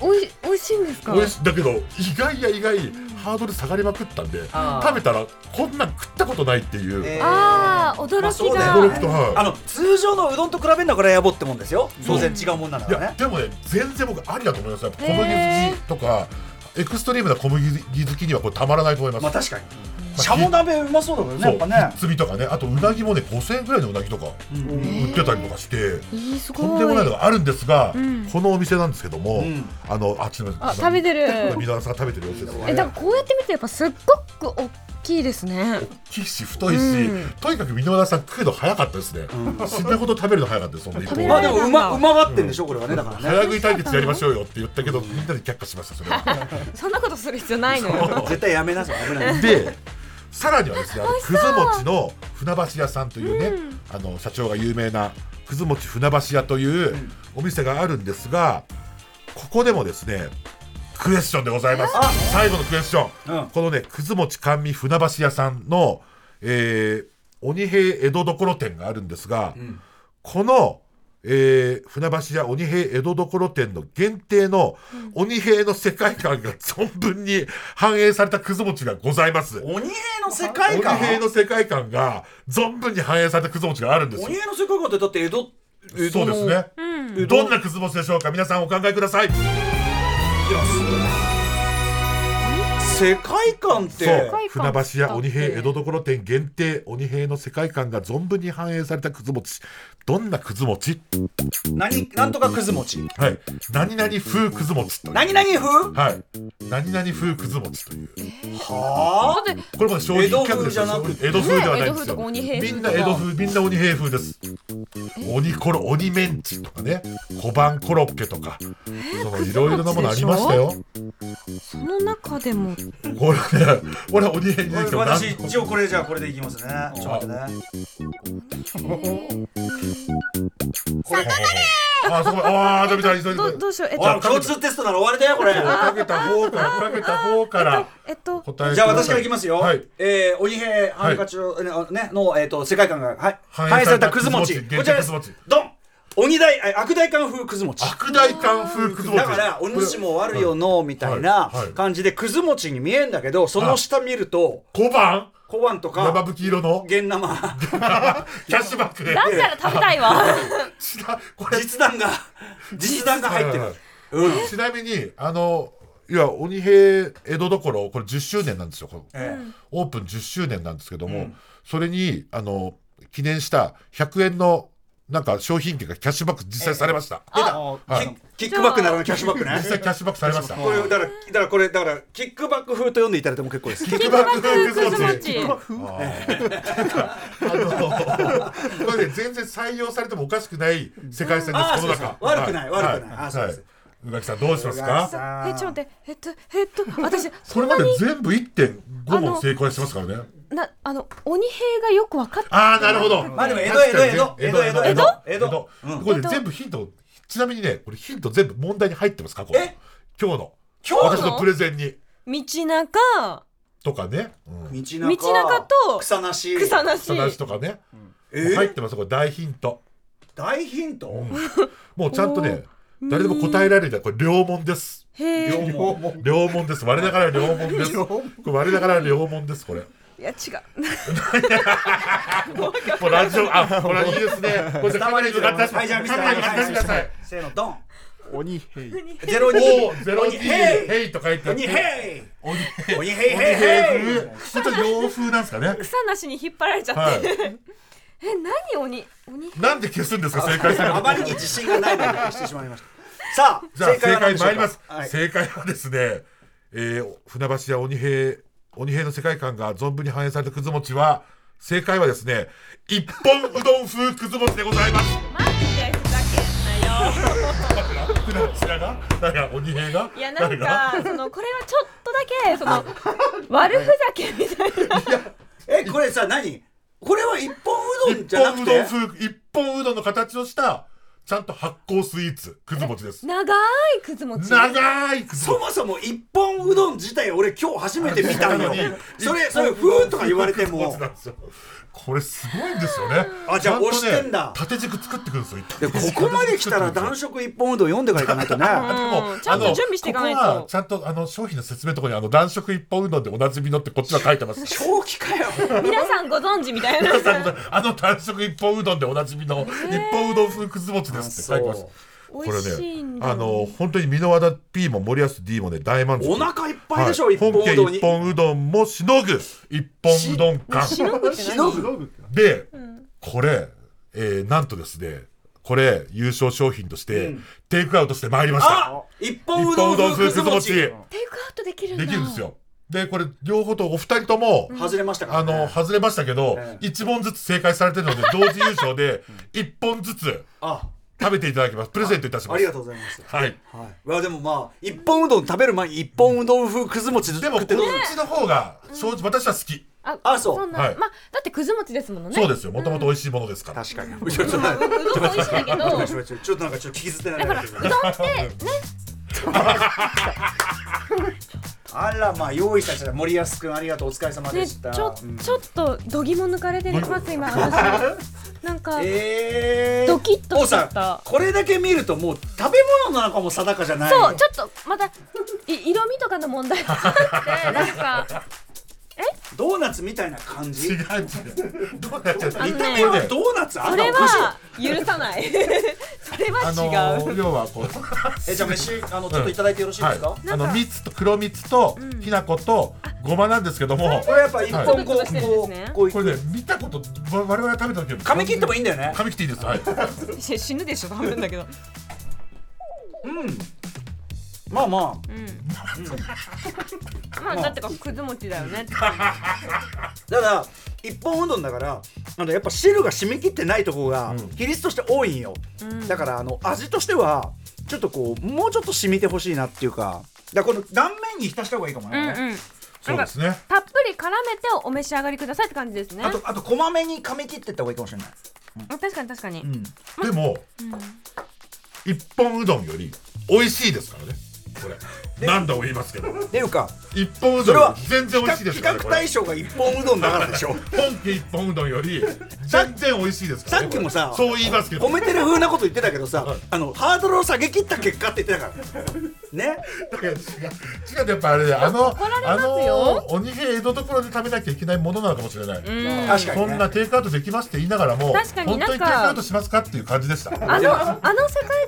Speaker 3: おいおいしいんですか
Speaker 1: 美味しいだけど意外や意外ハードル下がりまくったんで
Speaker 2: あー
Speaker 1: 食べたらこんなん食ったことないっていう、
Speaker 2: えー
Speaker 3: ああ
Speaker 2: ま
Speaker 3: 驚
Speaker 2: あそ
Speaker 3: き
Speaker 2: うだ
Speaker 3: が、
Speaker 2: よ
Speaker 1: 驚きとはい
Speaker 2: あの通常のうどんと比べるんだからやぼってもんですよ当然違うもんなんだ
Speaker 1: い
Speaker 2: か
Speaker 1: や
Speaker 2: らね
Speaker 1: でもね全然僕ありだと思いますよやっぱ小
Speaker 3: へ
Speaker 1: 麦
Speaker 3: ー
Speaker 1: 好きとか、エクストリームな小麦好きにはこれたまらないと思います、
Speaker 2: まあ確かにしゃも鍋うまそうだもんねやっぱね
Speaker 1: そうひっつみとかねあとうなぎもね5000円ぐらいのうなぎとか売ってたりとかして、
Speaker 3: いいすごい
Speaker 1: とんでもないのがあるんですが、
Speaker 3: ん
Speaker 1: このお店なんですけども、
Speaker 2: ん
Speaker 1: あのあっちの
Speaker 3: あ食べてる
Speaker 1: 水原さんが食べてるお店です
Speaker 3: え
Speaker 1: ね
Speaker 3: だからこうやって見るとやっぱすっごく大きいですね
Speaker 1: 大きいし太いし、
Speaker 3: うん
Speaker 1: とにかく水原さん食うの早かったですね、死んだこと食べるの早かったですそんな一
Speaker 3: 食べ
Speaker 1: 本
Speaker 2: ま
Speaker 3: ら
Speaker 2: あ
Speaker 3: れ
Speaker 2: でも
Speaker 3: る
Speaker 2: うまうまがってんでしょこれはねだからね
Speaker 1: 早食い対決やりましょうよって言ったけどみんなで却下しましたそれ は
Speaker 3: そんなことする必要ないのよ
Speaker 2: 絶対やめなさい危ない
Speaker 1: でさらにはですねあのくず餅の船橋屋さんというね、あの社長が有名なくず餅船橋屋というお店があるんですがここでもですねクエスチョンでございます最後のクエスチョン、
Speaker 2: うん
Speaker 1: このねくず餅甘味船橋屋さんの、えー鬼平江戸所店があるんですが、この、えー船橋屋鬼平江戸所店の限定の鬼平の世界観が存分に反映されたくず餅がございます。
Speaker 2: 鬼兵の世界
Speaker 1: 鬼
Speaker 2: 観
Speaker 1: 平の世界観が存分に反映されたくず餅があるんですよ
Speaker 2: 鬼。平の世界観ってだって江戸江
Speaker 1: そ
Speaker 2: 戸
Speaker 1: う
Speaker 2: の
Speaker 1: ですね。
Speaker 2: 江戸
Speaker 1: どんなくず餅でしょうか皆さんお考えください。
Speaker 2: 世界観っ
Speaker 1: そ
Speaker 2: て
Speaker 1: う
Speaker 3: 界観
Speaker 1: 船橋屋鬼平江戸所店限定鬼平の世界観が存分に反映されたくず餅どんなくず餅
Speaker 2: 何なんとかくず餅
Speaker 1: はい何々風くず餅という
Speaker 2: 何々風
Speaker 1: はい何々風くず餅という
Speaker 2: はあ
Speaker 3: だって
Speaker 1: これも商品企画ですよ
Speaker 2: 江戸風じゃなく
Speaker 1: 江戸風ではないんで
Speaker 3: ね江戸風
Speaker 1: す
Speaker 3: と
Speaker 1: よ、
Speaker 3: か鬼平風
Speaker 1: み
Speaker 3: とか
Speaker 1: んな江戸風みんな鬼平風です鬼コロ鬼メンチとかね小判コロッケとかそのいろいろなものありましたよ
Speaker 3: その中でも
Speaker 1: これね俺は鬼平に出てきても
Speaker 2: 私
Speaker 1: 何
Speaker 2: 一応これじゃあこれでいきますねちょっと待ってね
Speaker 1: これあそこああダメだ急いで
Speaker 3: どどうしようえっ
Speaker 2: おい
Speaker 3: と
Speaker 2: 共通テストなら終わりだよこ れ
Speaker 1: かけた方からかけた方から
Speaker 3: えっと
Speaker 1: 答え
Speaker 2: じゃあ私からいきますよ。
Speaker 1: はい
Speaker 2: えー、鬼平ハンカチの、ね、の、えっ、と、世界観が、はい。
Speaker 1: 反映
Speaker 2: 反映された
Speaker 1: された
Speaker 2: くず餅。
Speaker 1: くず餅
Speaker 2: こちらです
Speaker 1: 限定くず餅。
Speaker 2: ドン鬼大、あ悪大官風くず餅。
Speaker 1: 悪大官風くず餅
Speaker 2: だから、お主も悪よの、みたい
Speaker 1: は
Speaker 2: ない
Speaker 1: はい
Speaker 2: 感じで、くず餅に見えんだけど、その下見ると、
Speaker 1: 小判
Speaker 2: 小判と
Speaker 1: 生
Speaker 2: か、
Speaker 1: 吹き色の
Speaker 2: 現 生、
Speaker 1: キャッシュバック
Speaker 3: だったら食べたいわ
Speaker 1: ちなこれ
Speaker 2: 実弾が、実弾が入ってる。うん。
Speaker 1: ちなみにあのいや鬼平江戸どころこれ10周年なんですよこの
Speaker 2: え
Speaker 1: オープン10周年なんですけども、それにあの記念した100円のなんか商品券がキャッシュバック実際されました、
Speaker 2: え出た、
Speaker 1: はい
Speaker 2: キキックバックならのキャッシュバック
Speaker 1: 実際
Speaker 2: ね。
Speaker 1: キャッシュバックされました
Speaker 2: これ、だから、だからこれ、だから、キックバック風と呼んでいただいても結構です。
Speaker 1: キックバック
Speaker 3: くず
Speaker 1: 風
Speaker 3: 餅
Speaker 1: あのこれね全然採用されてもおかしくない世界線です、
Speaker 2: あー
Speaker 1: この
Speaker 2: そ
Speaker 1: 中
Speaker 2: うそう悪くない悪くないあーそう
Speaker 1: は
Speaker 2: で
Speaker 1: い
Speaker 2: す
Speaker 1: 宇垣さんどうします
Speaker 2: 宇垣
Speaker 1: か
Speaker 2: さん
Speaker 3: えちょっと待ってえっとえっと私
Speaker 1: こ
Speaker 3: そ
Speaker 1: れ
Speaker 3: んな
Speaker 1: まで
Speaker 3: に
Speaker 1: 全部1.5
Speaker 3: あ
Speaker 1: 問
Speaker 3: の
Speaker 1: 成功してますからね
Speaker 3: なあの鬼兵がよく分かって
Speaker 1: ああなるほど
Speaker 2: まあでも江戸
Speaker 1: 確かに
Speaker 2: 江戸江戸
Speaker 1: 江戸
Speaker 2: 江戸
Speaker 1: 江戸
Speaker 2: 江戸
Speaker 1: これで全部ヒントちなみにね、これヒント全部問題に入ってます、過去の。
Speaker 2: え
Speaker 1: 今日の。
Speaker 2: 今日の
Speaker 1: 私のプレゼンに。
Speaker 3: 道中
Speaker 1: とかね。うん。
Speaker 2: 道
Speaker 3: 道中と
Speaker 2: 草なし
Speaker 3: 草なし
Speaker 1: 草なしとかね。
Speaker 2: えー
Speaker 1: 入ってます、これ大ヒント。
Speaker 2: 大ヒント、
Speaker 1: もうちゃんとね、誰でも答えられるんだこれ、両問です。
Speaker 3: へえ
Speaker 2: 両
Speaker 1: 両門両門です。我ながら両門です。
Speaker 2: 両
Speaker 1: こ
Speaker 2: 門
Speaker 1: れ我ながら両門です、これ。
Speaker 3: いや違
Speaker 1: もうラジオ、あ、ほら、いいですね。これ、
Speaker 2: スタバレ
Speaker 1: ズ
Speaker 2: ズ
Speaker 1: が出
Speaker 2: はいじゃあ見せて
Speaker 1: カメラに出してください。
Speaker 2: せーのドン
Speaker 4: 鬼兵
Speaker 2: ゼロ
Speaker 1: お
Speaker 2: 二
Speaker 1: ー、ゼロ
Speaker 2: 鬼
Speaker 1: に
Speaker 2: ヘイ
Speaker 1: ヘイと書いてあっ
Speaker 2: 鬼
Speaker 1: て。
Speaker 2: ヘイ
Speaker 1: 鬼ヘイ
Speaker 2: 鬼ヘイヘイ
Speaker 1: 鬼
Speaker 2: ヘイ
Speaker 1: ヘイちょっと洋風なんですかね
Speaker 3: う。草なしに引っ張られちゃって、
Speaker 1: はい
Speaker 3: え何鬼鬼
Speaker 1: なんで消すんですか、正解する
Speaker 2: あまりに自信がないので消してしまいましたさあ
Speaker 1: じゃあ正
Speaker 2: は何
Speaker 1: 解
Speaker 2: でしょう
Speaker 1: 参
Speaker 2: か
Speaker 1: ります、
Speaker 2: はい
Speaker 1: 正解はですね、えー船橋や鬼平鬼平の世界観が存分に反映されたくず餅は正解はですね一本うどん風くず餅でございます
Speaker 3: マジでふざけんなよ
Speaker 1: 船橋屋が誰が鬼平が
Speaker 3: いやなん
Speaker 1: 誰が
Speaker 3: かそのこれはちょっとだ けその悪ふざけみたいな
Speaker 2: えこれさ何これは一本うどん
Speaker 1: 一
Speaker 2: じゃなく
Speaker 1: 本うどん
Speaker 2: て
Speaker 1: 風一本うどんの形をしたちゃんと発酵スイーツくず餅です
Speaker 3: 長いくず餅
Speaker 1: 長いくず
Speaker 2: そ
Speaker 1: 餅
Speaker 2: もそも一本うどん自体俺今日初めて見たのよそれそれ
Speaker 1: 一
Speaker 2: ふ
Speaker 1: 本
Speaker 2: ーんとか言われても
Speaker 1: くず餅なんですよこれすごいんですよね
Speaker 2: あじゃあ
Speaker 1: ちんとね
Speaker 2: 押してんだ
Speaker 1: 縦軸作ってくるんですよ
Speaker 2: でここまで来たら男色一本うどん読んでからいかないと
Speaker 3: う
Speaker 2: ね
Speaker 3: んちゃんと準備していかないと
Speaker 1: ここはちゃんとあの商品の説明のところにあの暖色一本うどんでおなじみのってこっちは書いてます。
Speaker 2: 正気かよ
Speaker 3: 皆さんご存知みたいな
Speaker 1: あの暖色一本うどんでおなじみの一本うどん風くず餅ですって書いてます
Speaker 2: あ。
Speaker 1: こ
Speaker 3: 美味しい
Speaker 1: れ
Speaker 3: ん
Speaker 1: ね、
Speaker 3: だ
Speaker 1: あの本当に箕輪田 P も森保 D もね大満足。
Speaker 2: お腹いっぱいでしょ、
Speaker 1: はい
Speaker 2: 一本
Speaker 1: 本家
Speaker 2: うどんに
Speaker 1: 一本うどんもしのぐ一本うどん館
Speaker 3: しのぐって
Speaker 2: し
Speaker 3: 何
Speaker 2: のぐ
Speaker 1: で、これ、えーなんとですねこれ優勝商品として、テイクアウトしてまいりました。
Speaker 2: あ一
Speaker 1: 一
Speaker 2: 本うど
Speaker 1: 本
Speaker 2: ん
Speaker 1: うどん
Speaker 2: 風く
Speaker 1: 風く
Speaker 2: ず
Speaker 1: ず
Speaker 2: 餅
Speaker 1: 餅。
Speaker 3: テイクアウトできるんだ
Speaker 1: できるんですよ。で、これ、両方とお二人とも、
Speaker 2: 外れましたから、
Speaker 1: あ
Speaker 2: ね、
Speaker 1: の、外れましたけど
Speaker 2: え、え
Speaker 1: 一問ずつ正解されてるので、同時優勝で、一本ずつ
Speaker 2: あ
Speaker 1: 食べていただきます。プレゼントいたします。
Speaker 2: ありがとうございます
Speaker 1: はい。
Speaker 2: はい、うわでもまあ一本うどん食べる前に一本うどん風くず餅
Speaker 1: で
Speaker 2: 食
Speaker 1: も、こ
Speaker 2: って
Speaker 1: の
Speaker 2: る
Speaker 1: うちの方が、正直、私は好き。
Speaker 3: あ
Speaker 2: あそう
Speaker 3: そんな、
Speaker 1: はい
Speaker 3: まあだってくず餅ですものね
Speaker 1: そうですよ。もともと美味しいものですから。
Speaker 2: 確かにちょっと
Speaker 3: まあうどんも美味しいんだけど だか
Speaker 2: ちょっとちょっとなんかちょっと聞き捨てない
Speaker 3: ら
Speaker 2: う
Speaker 3: どんってね
Speaker 2: あらまあ用意したした森保君ありがとうお疲れ様で
Speaker 3: ね、
Speaker 2: し
Speaker 3: ち
Speaker 2: た、
Speaker 3: ょ
Speaker 2: うん
Speaker 3: ちょっと度肝抜かれてます今私なんか、
Speaker 2: えー、
Speaker 3: ドキッとしちゃっ
Speaker 2: 王
Speaker 3: た
Speaker 2: さんこれだけ見るともう食べ物の中も定かじゃない
Speaker 3: そうちょっとまたい色味とかの問題があってなんか
Speaker 2: ドーナツみたいな感じ
Speaker 1: 違う違う。どうなっちゃった
Speaker 3: あのね
Speaker 1: 見た目はね、
Speaker 2: ドーナツあ
Speaker 3: そ
Speaker 2: んな
Speaker 3: れ
Speaker 2: おかしい
Speaker 3: は許さない それは
Speaker 1: あの
Speaker 3: 違う、
Speaker 1: ー、要はこう、
Speaker 2: えじゃあ飯あのちょっといただいてよろしいですか、
Speaker 1: はい。あの、蜜と、黒蜜と、きな粉と、ごまなんですけども
Speaker 2: こ、れやっぱ一本こう、
Speaker 3: は
Speaker 2: こう
Speaker 3: い
Speaker 2: こう
Speaker 1: これね、見たこと、わ我々が食べた時より
Speaker 2: 噛み切ってもいいんだよね
Speaker 1: 噛み切っていいです。はい。
Speaker 3: し死ぬでしょ半分だけど、
Speaker 2: まあまあ
Speaker 3: うん、 まあだってかくず餅だよね
Speaker 2: ただ一本うどんだからあのやっぱ汁が染み切ってないとこが
Speaker 1: ん
Speaker 2: 比率として多いんよ、
Speaker 3: ん
Speaker 2: だからあの味としてはちょっとこうもうちょっと染みてほしいなっていうかだからこの断面に浸した方がいいかも
Speaker 3: う
Speaker 2: ね、
Speaker 3: んうん
Speaker 1: そうですね。
Speaker 3: たっぷり絡めてお召し上がりくださいって感じですね
Speaker 2: あとあとこまめに噛み切ってった方がいいかもしれない、
Speaker 3: あ確かに確かに、
Speaker 2: うん、
Speaker 1: でも、一本うどんより美味しいですからね。これ。何度も言いますけど、
Speaker 2: っていうか
Speaker 1: 一本う
Speaker 2: そ
Speaker 1: どん
Speaker 2: れ
Speaker 1: よ
Speaker 2: は
Speaker 1: り全然美味しいです
Speaker 2: 比
Speaker 1: か
Speaker 2: 較
Speaker 1: らね。
Speaker 2: 比
Speaker 1: こ
Speaker 2: 較
Speaker 1: れ
Speaker 2: 対象が一本うどんだからでしょ
Speaker 1: 本家一本うどん より全然美味しいですからね。
Speaker 2: さっきもさ
Speaker 1: これそう言いますけど
Speaker 2: 褒。めてる風なこと言ってたけどさ、
Speaker 1: はい
Speaker 2: あのハードルを下げ切った結果って言ってたからね
Speaker 1: だから違う、違うやっぱあれで、あの
Speaker 3: 怒ら、れ
Speaker 1: あ
Speaker 3: ますよ
Speaker 1: の、鬼平江戸ところで食べなきゃいけないものなのかもしれない。
Speaker 3: うん
Speaker 2: 確かに
Speaker 1: そ
Speaker 2: ね
Speaker 1: んなテイクアウトできますって言いながらも、
Speaker 3: 確かに
Speaker 1: 本
Speaker 3: なん
Speaker 1: 当
Speaker 3: か
Speaker 1: にテイクアウトしますかっていう感じでした。
Speaker 3: あのあの世界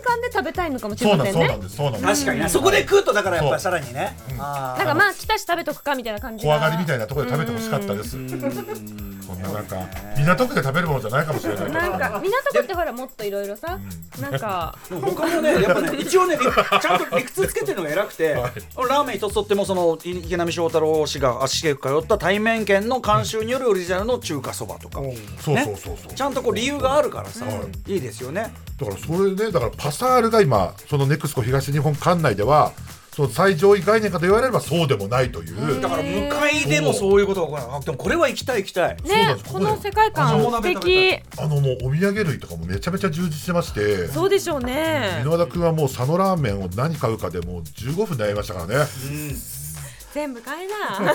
Speaker 3: 観で食べたいのかもし
Speaker 1: そ
Speaker 3: れ
Speaker 1: う
Speaker 3: ま
Speaker 1: な
Speaker 3: せ
Speaker 1: ん、
Speaker 3: ん
Speaker 1: そう
Speaker 3: ね
Speaker 1: なんです、そうなんです。
Speaker 2: 確かにねそこで食うとだからやっぱりさらにね、あー
Speaker 3: なんかまあ来たし食べとくかみたいな感じが
Speaker 1: 怖がりみたいなところで食べてほしかったです。こんななんか港区で食べるものじゃないかもしれないけど。
Speaker 3: なんか港区ってほらもっといろいろさ、なんか
Speaker 2: でも他もね、やっぱね、一応ね、理ちゃんと理屈つけてるのが偉くて、ラーメン一つとっても、そのい池波正太郎氏が足しげく通った対面圏の監修によるオリジナルの中華そばとか、
Speaker 1: そうそうそうそう。
Speaker 2: ちゃんとこう理由があるからさ、いいですよね。
Speaker 1: だからそれねだからパサールが今そのネクスコ東日本管内ではその最上位概念かと言われればそうでもないという。
Speaker 2: だから向かいでもそういうことが起こらないでもこれは行きたい行きたい
Speaker 1: そうな
Speaker 3: ね
Speaker 1: んです
Speaker 3: こ
Speaker 1: ここ
Speaker 3: の
Speaker 1: で
Speaker 3: 世界観
Speaker 2: あ
Speaker 3: 素
Speaker 2: そう食べ
Speaker 3: 敵
Speaker 1: あのもうお土産類とかもめちゃめちゃ充実してまして。
Speaker 3: そうでしょうね
Speaker 1: 箕輪田君はもう佐野ラーメンを何買うかでもう15分悩みましたからね。
Speaker 3: 全部買えな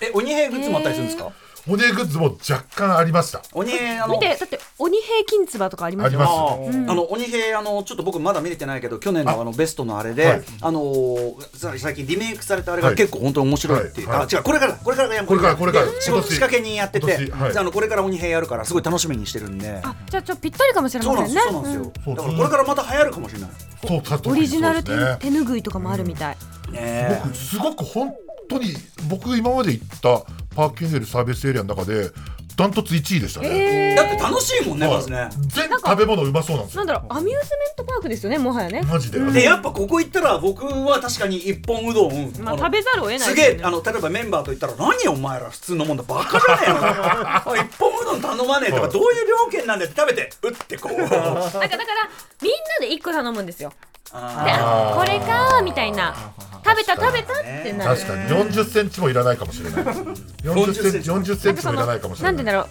Speaker 2: え鬼平グッズもあったりするんですか
Speaker 1: おねグッズも若干ありました。
Speaker 2: 鬼平あの
Speaker 3: 見てだって鬼平金唾とかありますよ
Speaker 1: ありま
Speaker 2: あ
Speaker 1: す
Speaker 2: ーあの鬼平あのちょっと僕まだ見れてないけど去年のあのベストのあれで、
Speaker 1: はい
Speaker 2: あのーさ最近リメイクされたあれ
Speaker 1: は
Speaker 2: が
Speaker 1: い
Speaker 2: 結構本当に面白いっていう、
Speaker 1: はいはい
Speaker 2: あ違うこれからこれからがやる
Speaker 1: これからこれから
Speaker 2: で仕
Speaker 1: 今
Speaker 2: 事
Speaker 1: 年
Speaker 2: 仕掛けにやってて、
Speaker 1: 今年はい
Speaker 2: じゃああのこれから鬼平やるからすごい楽しみにしてるんで
Speaker 3: あじゃあちょっとぴったりかもしれ
Speaker 2: そうなんで
Speaker 3: ませ
Speaker 2: す
Speaker 3: ん
Speaker 2: よ
Speaker 3: ね
Speaker 2: そうなんですよ、
Speaker 1: うん
Speaker 2: だからこれからまた流行るかもしれない
Speaker 1: そう確か
Speaker 3: オ
Speaker 1: に
Speaker 3: リジナル
Speaker 1: そ
Speaker 3: 手,、
Speaker 1: うですね
Speaker 3: 手ぬぐいとかもあるみたい、
Speaker 2: ね
Speaker 1: 僕すごく本当に僕今まで行ったパーキングエリアサービスエリアの中でダントツ1位でしたね。
Speaker 2: えだって楽しいもんね
Speaker 1: はい
Speaker 2: まずね
Speaker 1: 全部食べ物うまそうなんです
Speaker 3: な
Speaker 1: よ
Speaker 3: ん。だろうアミューズメントパークですよねもはやね、
Speaker 1: マジで。
Speaker 2: でやっぱここ行ったら僕は確かに一本うどん、
Speaker 3: まあ、
Speaker 2: の
Speaker 3: 食べざるを得ない
Speaker 2: す
Speaker 3: で
Speaker 2: げ
Speaker 3: すよ
Speaker 2: え
Speaker 3: ね
Speaker 2: あの例えばメンバーと言ったら何お前ら普通のもんだバカじゃね えの一本うどん頼まねえとか
Speaker 1: はい
Speaker 2: どういう料金なんだって食べてうってこうあ
Speaker 3: なんかだからみんなで一個頼むんですよ
Speaker 2: ー
Speaker 3: で
Speaker 1: あー
Speaker 3: これかーみたいな食べた食べたってなる
Speaker 1: 確かに40センチもいらないかもしれない。40センチ40センチもいらないかもしれ
Speaker 3: ん
Speaker 1: な
Speaker 3: て
Speaker 1: い。
Speaker 3: だろ
Speaker 2: は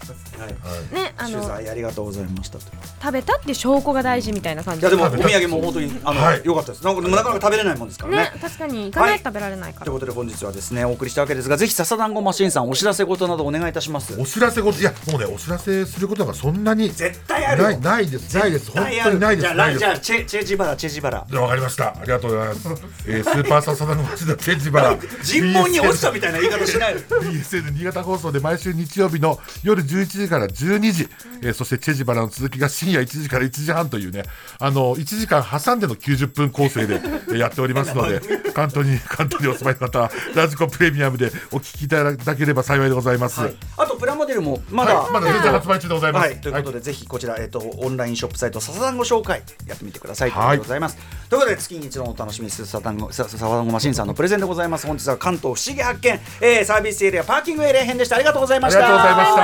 Speaker 2: い、
Speaker 3: うねあ
Speaker 2: 取
Speaker 3: の
Speaker 2: 材ありがとうございましたとい
Speaker 3: 食べたって証拠が大事みたいな感じ
Speaker 2: やでもお
Speaker 1: 食べた
Speaker 2: 土産も本当にあの、
Speaker 1: はい
Speaker 2: よかったですなんかでもなかなか食べれないもんですからね
Speaker 3: ね確かに行かな
Speaker 2: はい
Speaker 3: いと食べられない
Speaker 2: と
Speaker 3: か
Speaker 2: い
Speaker 3: ら
Speaker 2: うことで本日はですねお送りしたわけですがぜひ笹団子マシンさんお知らせ事などお願いいたします
Speaker 1: お知らせごといやもうねお知らせすることがそんなに
Speaker 2: 絶対あるよ
Speaker 1: ないないですないです本
Speaker 2: 絶対あ
Speaker 1: 当
Speaker 2: る
Speaker 1: にないで
Speaker 2: じ
Speaker 1: す
Speaker 2: ゃあ
Speaker 1: ない
Speaker 2: ラ
Speaker 1: で
Speaker 2: イ
Speaker 1: す
Speaker 2: じゃ。あチェチェジバラチェジバラ
Speaker 1: じゃあわかりました。ありがとうございます。えー、スーパーササダの町田チェンジバラ。
Speaker 2: 尋問に落ちたみたいな言い方しない
Speaker 1: BSN 新潟放送で毎週日曜日の夜11時から12時、えーそしてチェジバラの続きが深夜1時から1時半というね、あの、1時間挟んでの90分構成でえーやっておりますので、 関東に、関東にお住まいの方は、ラジコプレミアムでお聞きいただければ幸いでございます。はい、
Speaker 2: あとプラモデルもま
Speaker 1: ま
Speaker 2: だ、
Speaker 1: だ、まだ全然発売中でございます。
Speaker 2: はい、ということで、ぜひこちら、えっと、オンラインショップサイト、笹団子紹介、やってみてください。
Speaker 1: はい
Speaker 2: ということでございます。ということで、月に一度のお楽しみ、笹団子、笹笹団子マシンさんのプレゼンでございます。本日は関東不思議発見、えー、サービスエリア、パーキングエリア編でした。ありがとうございました。
Speaker 1: ありがとうございました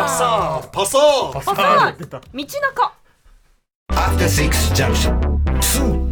Speaker 2: パサー、パサー。
Speaker 3: あそう道中
Speaker 4: アフターシックスジャンクション2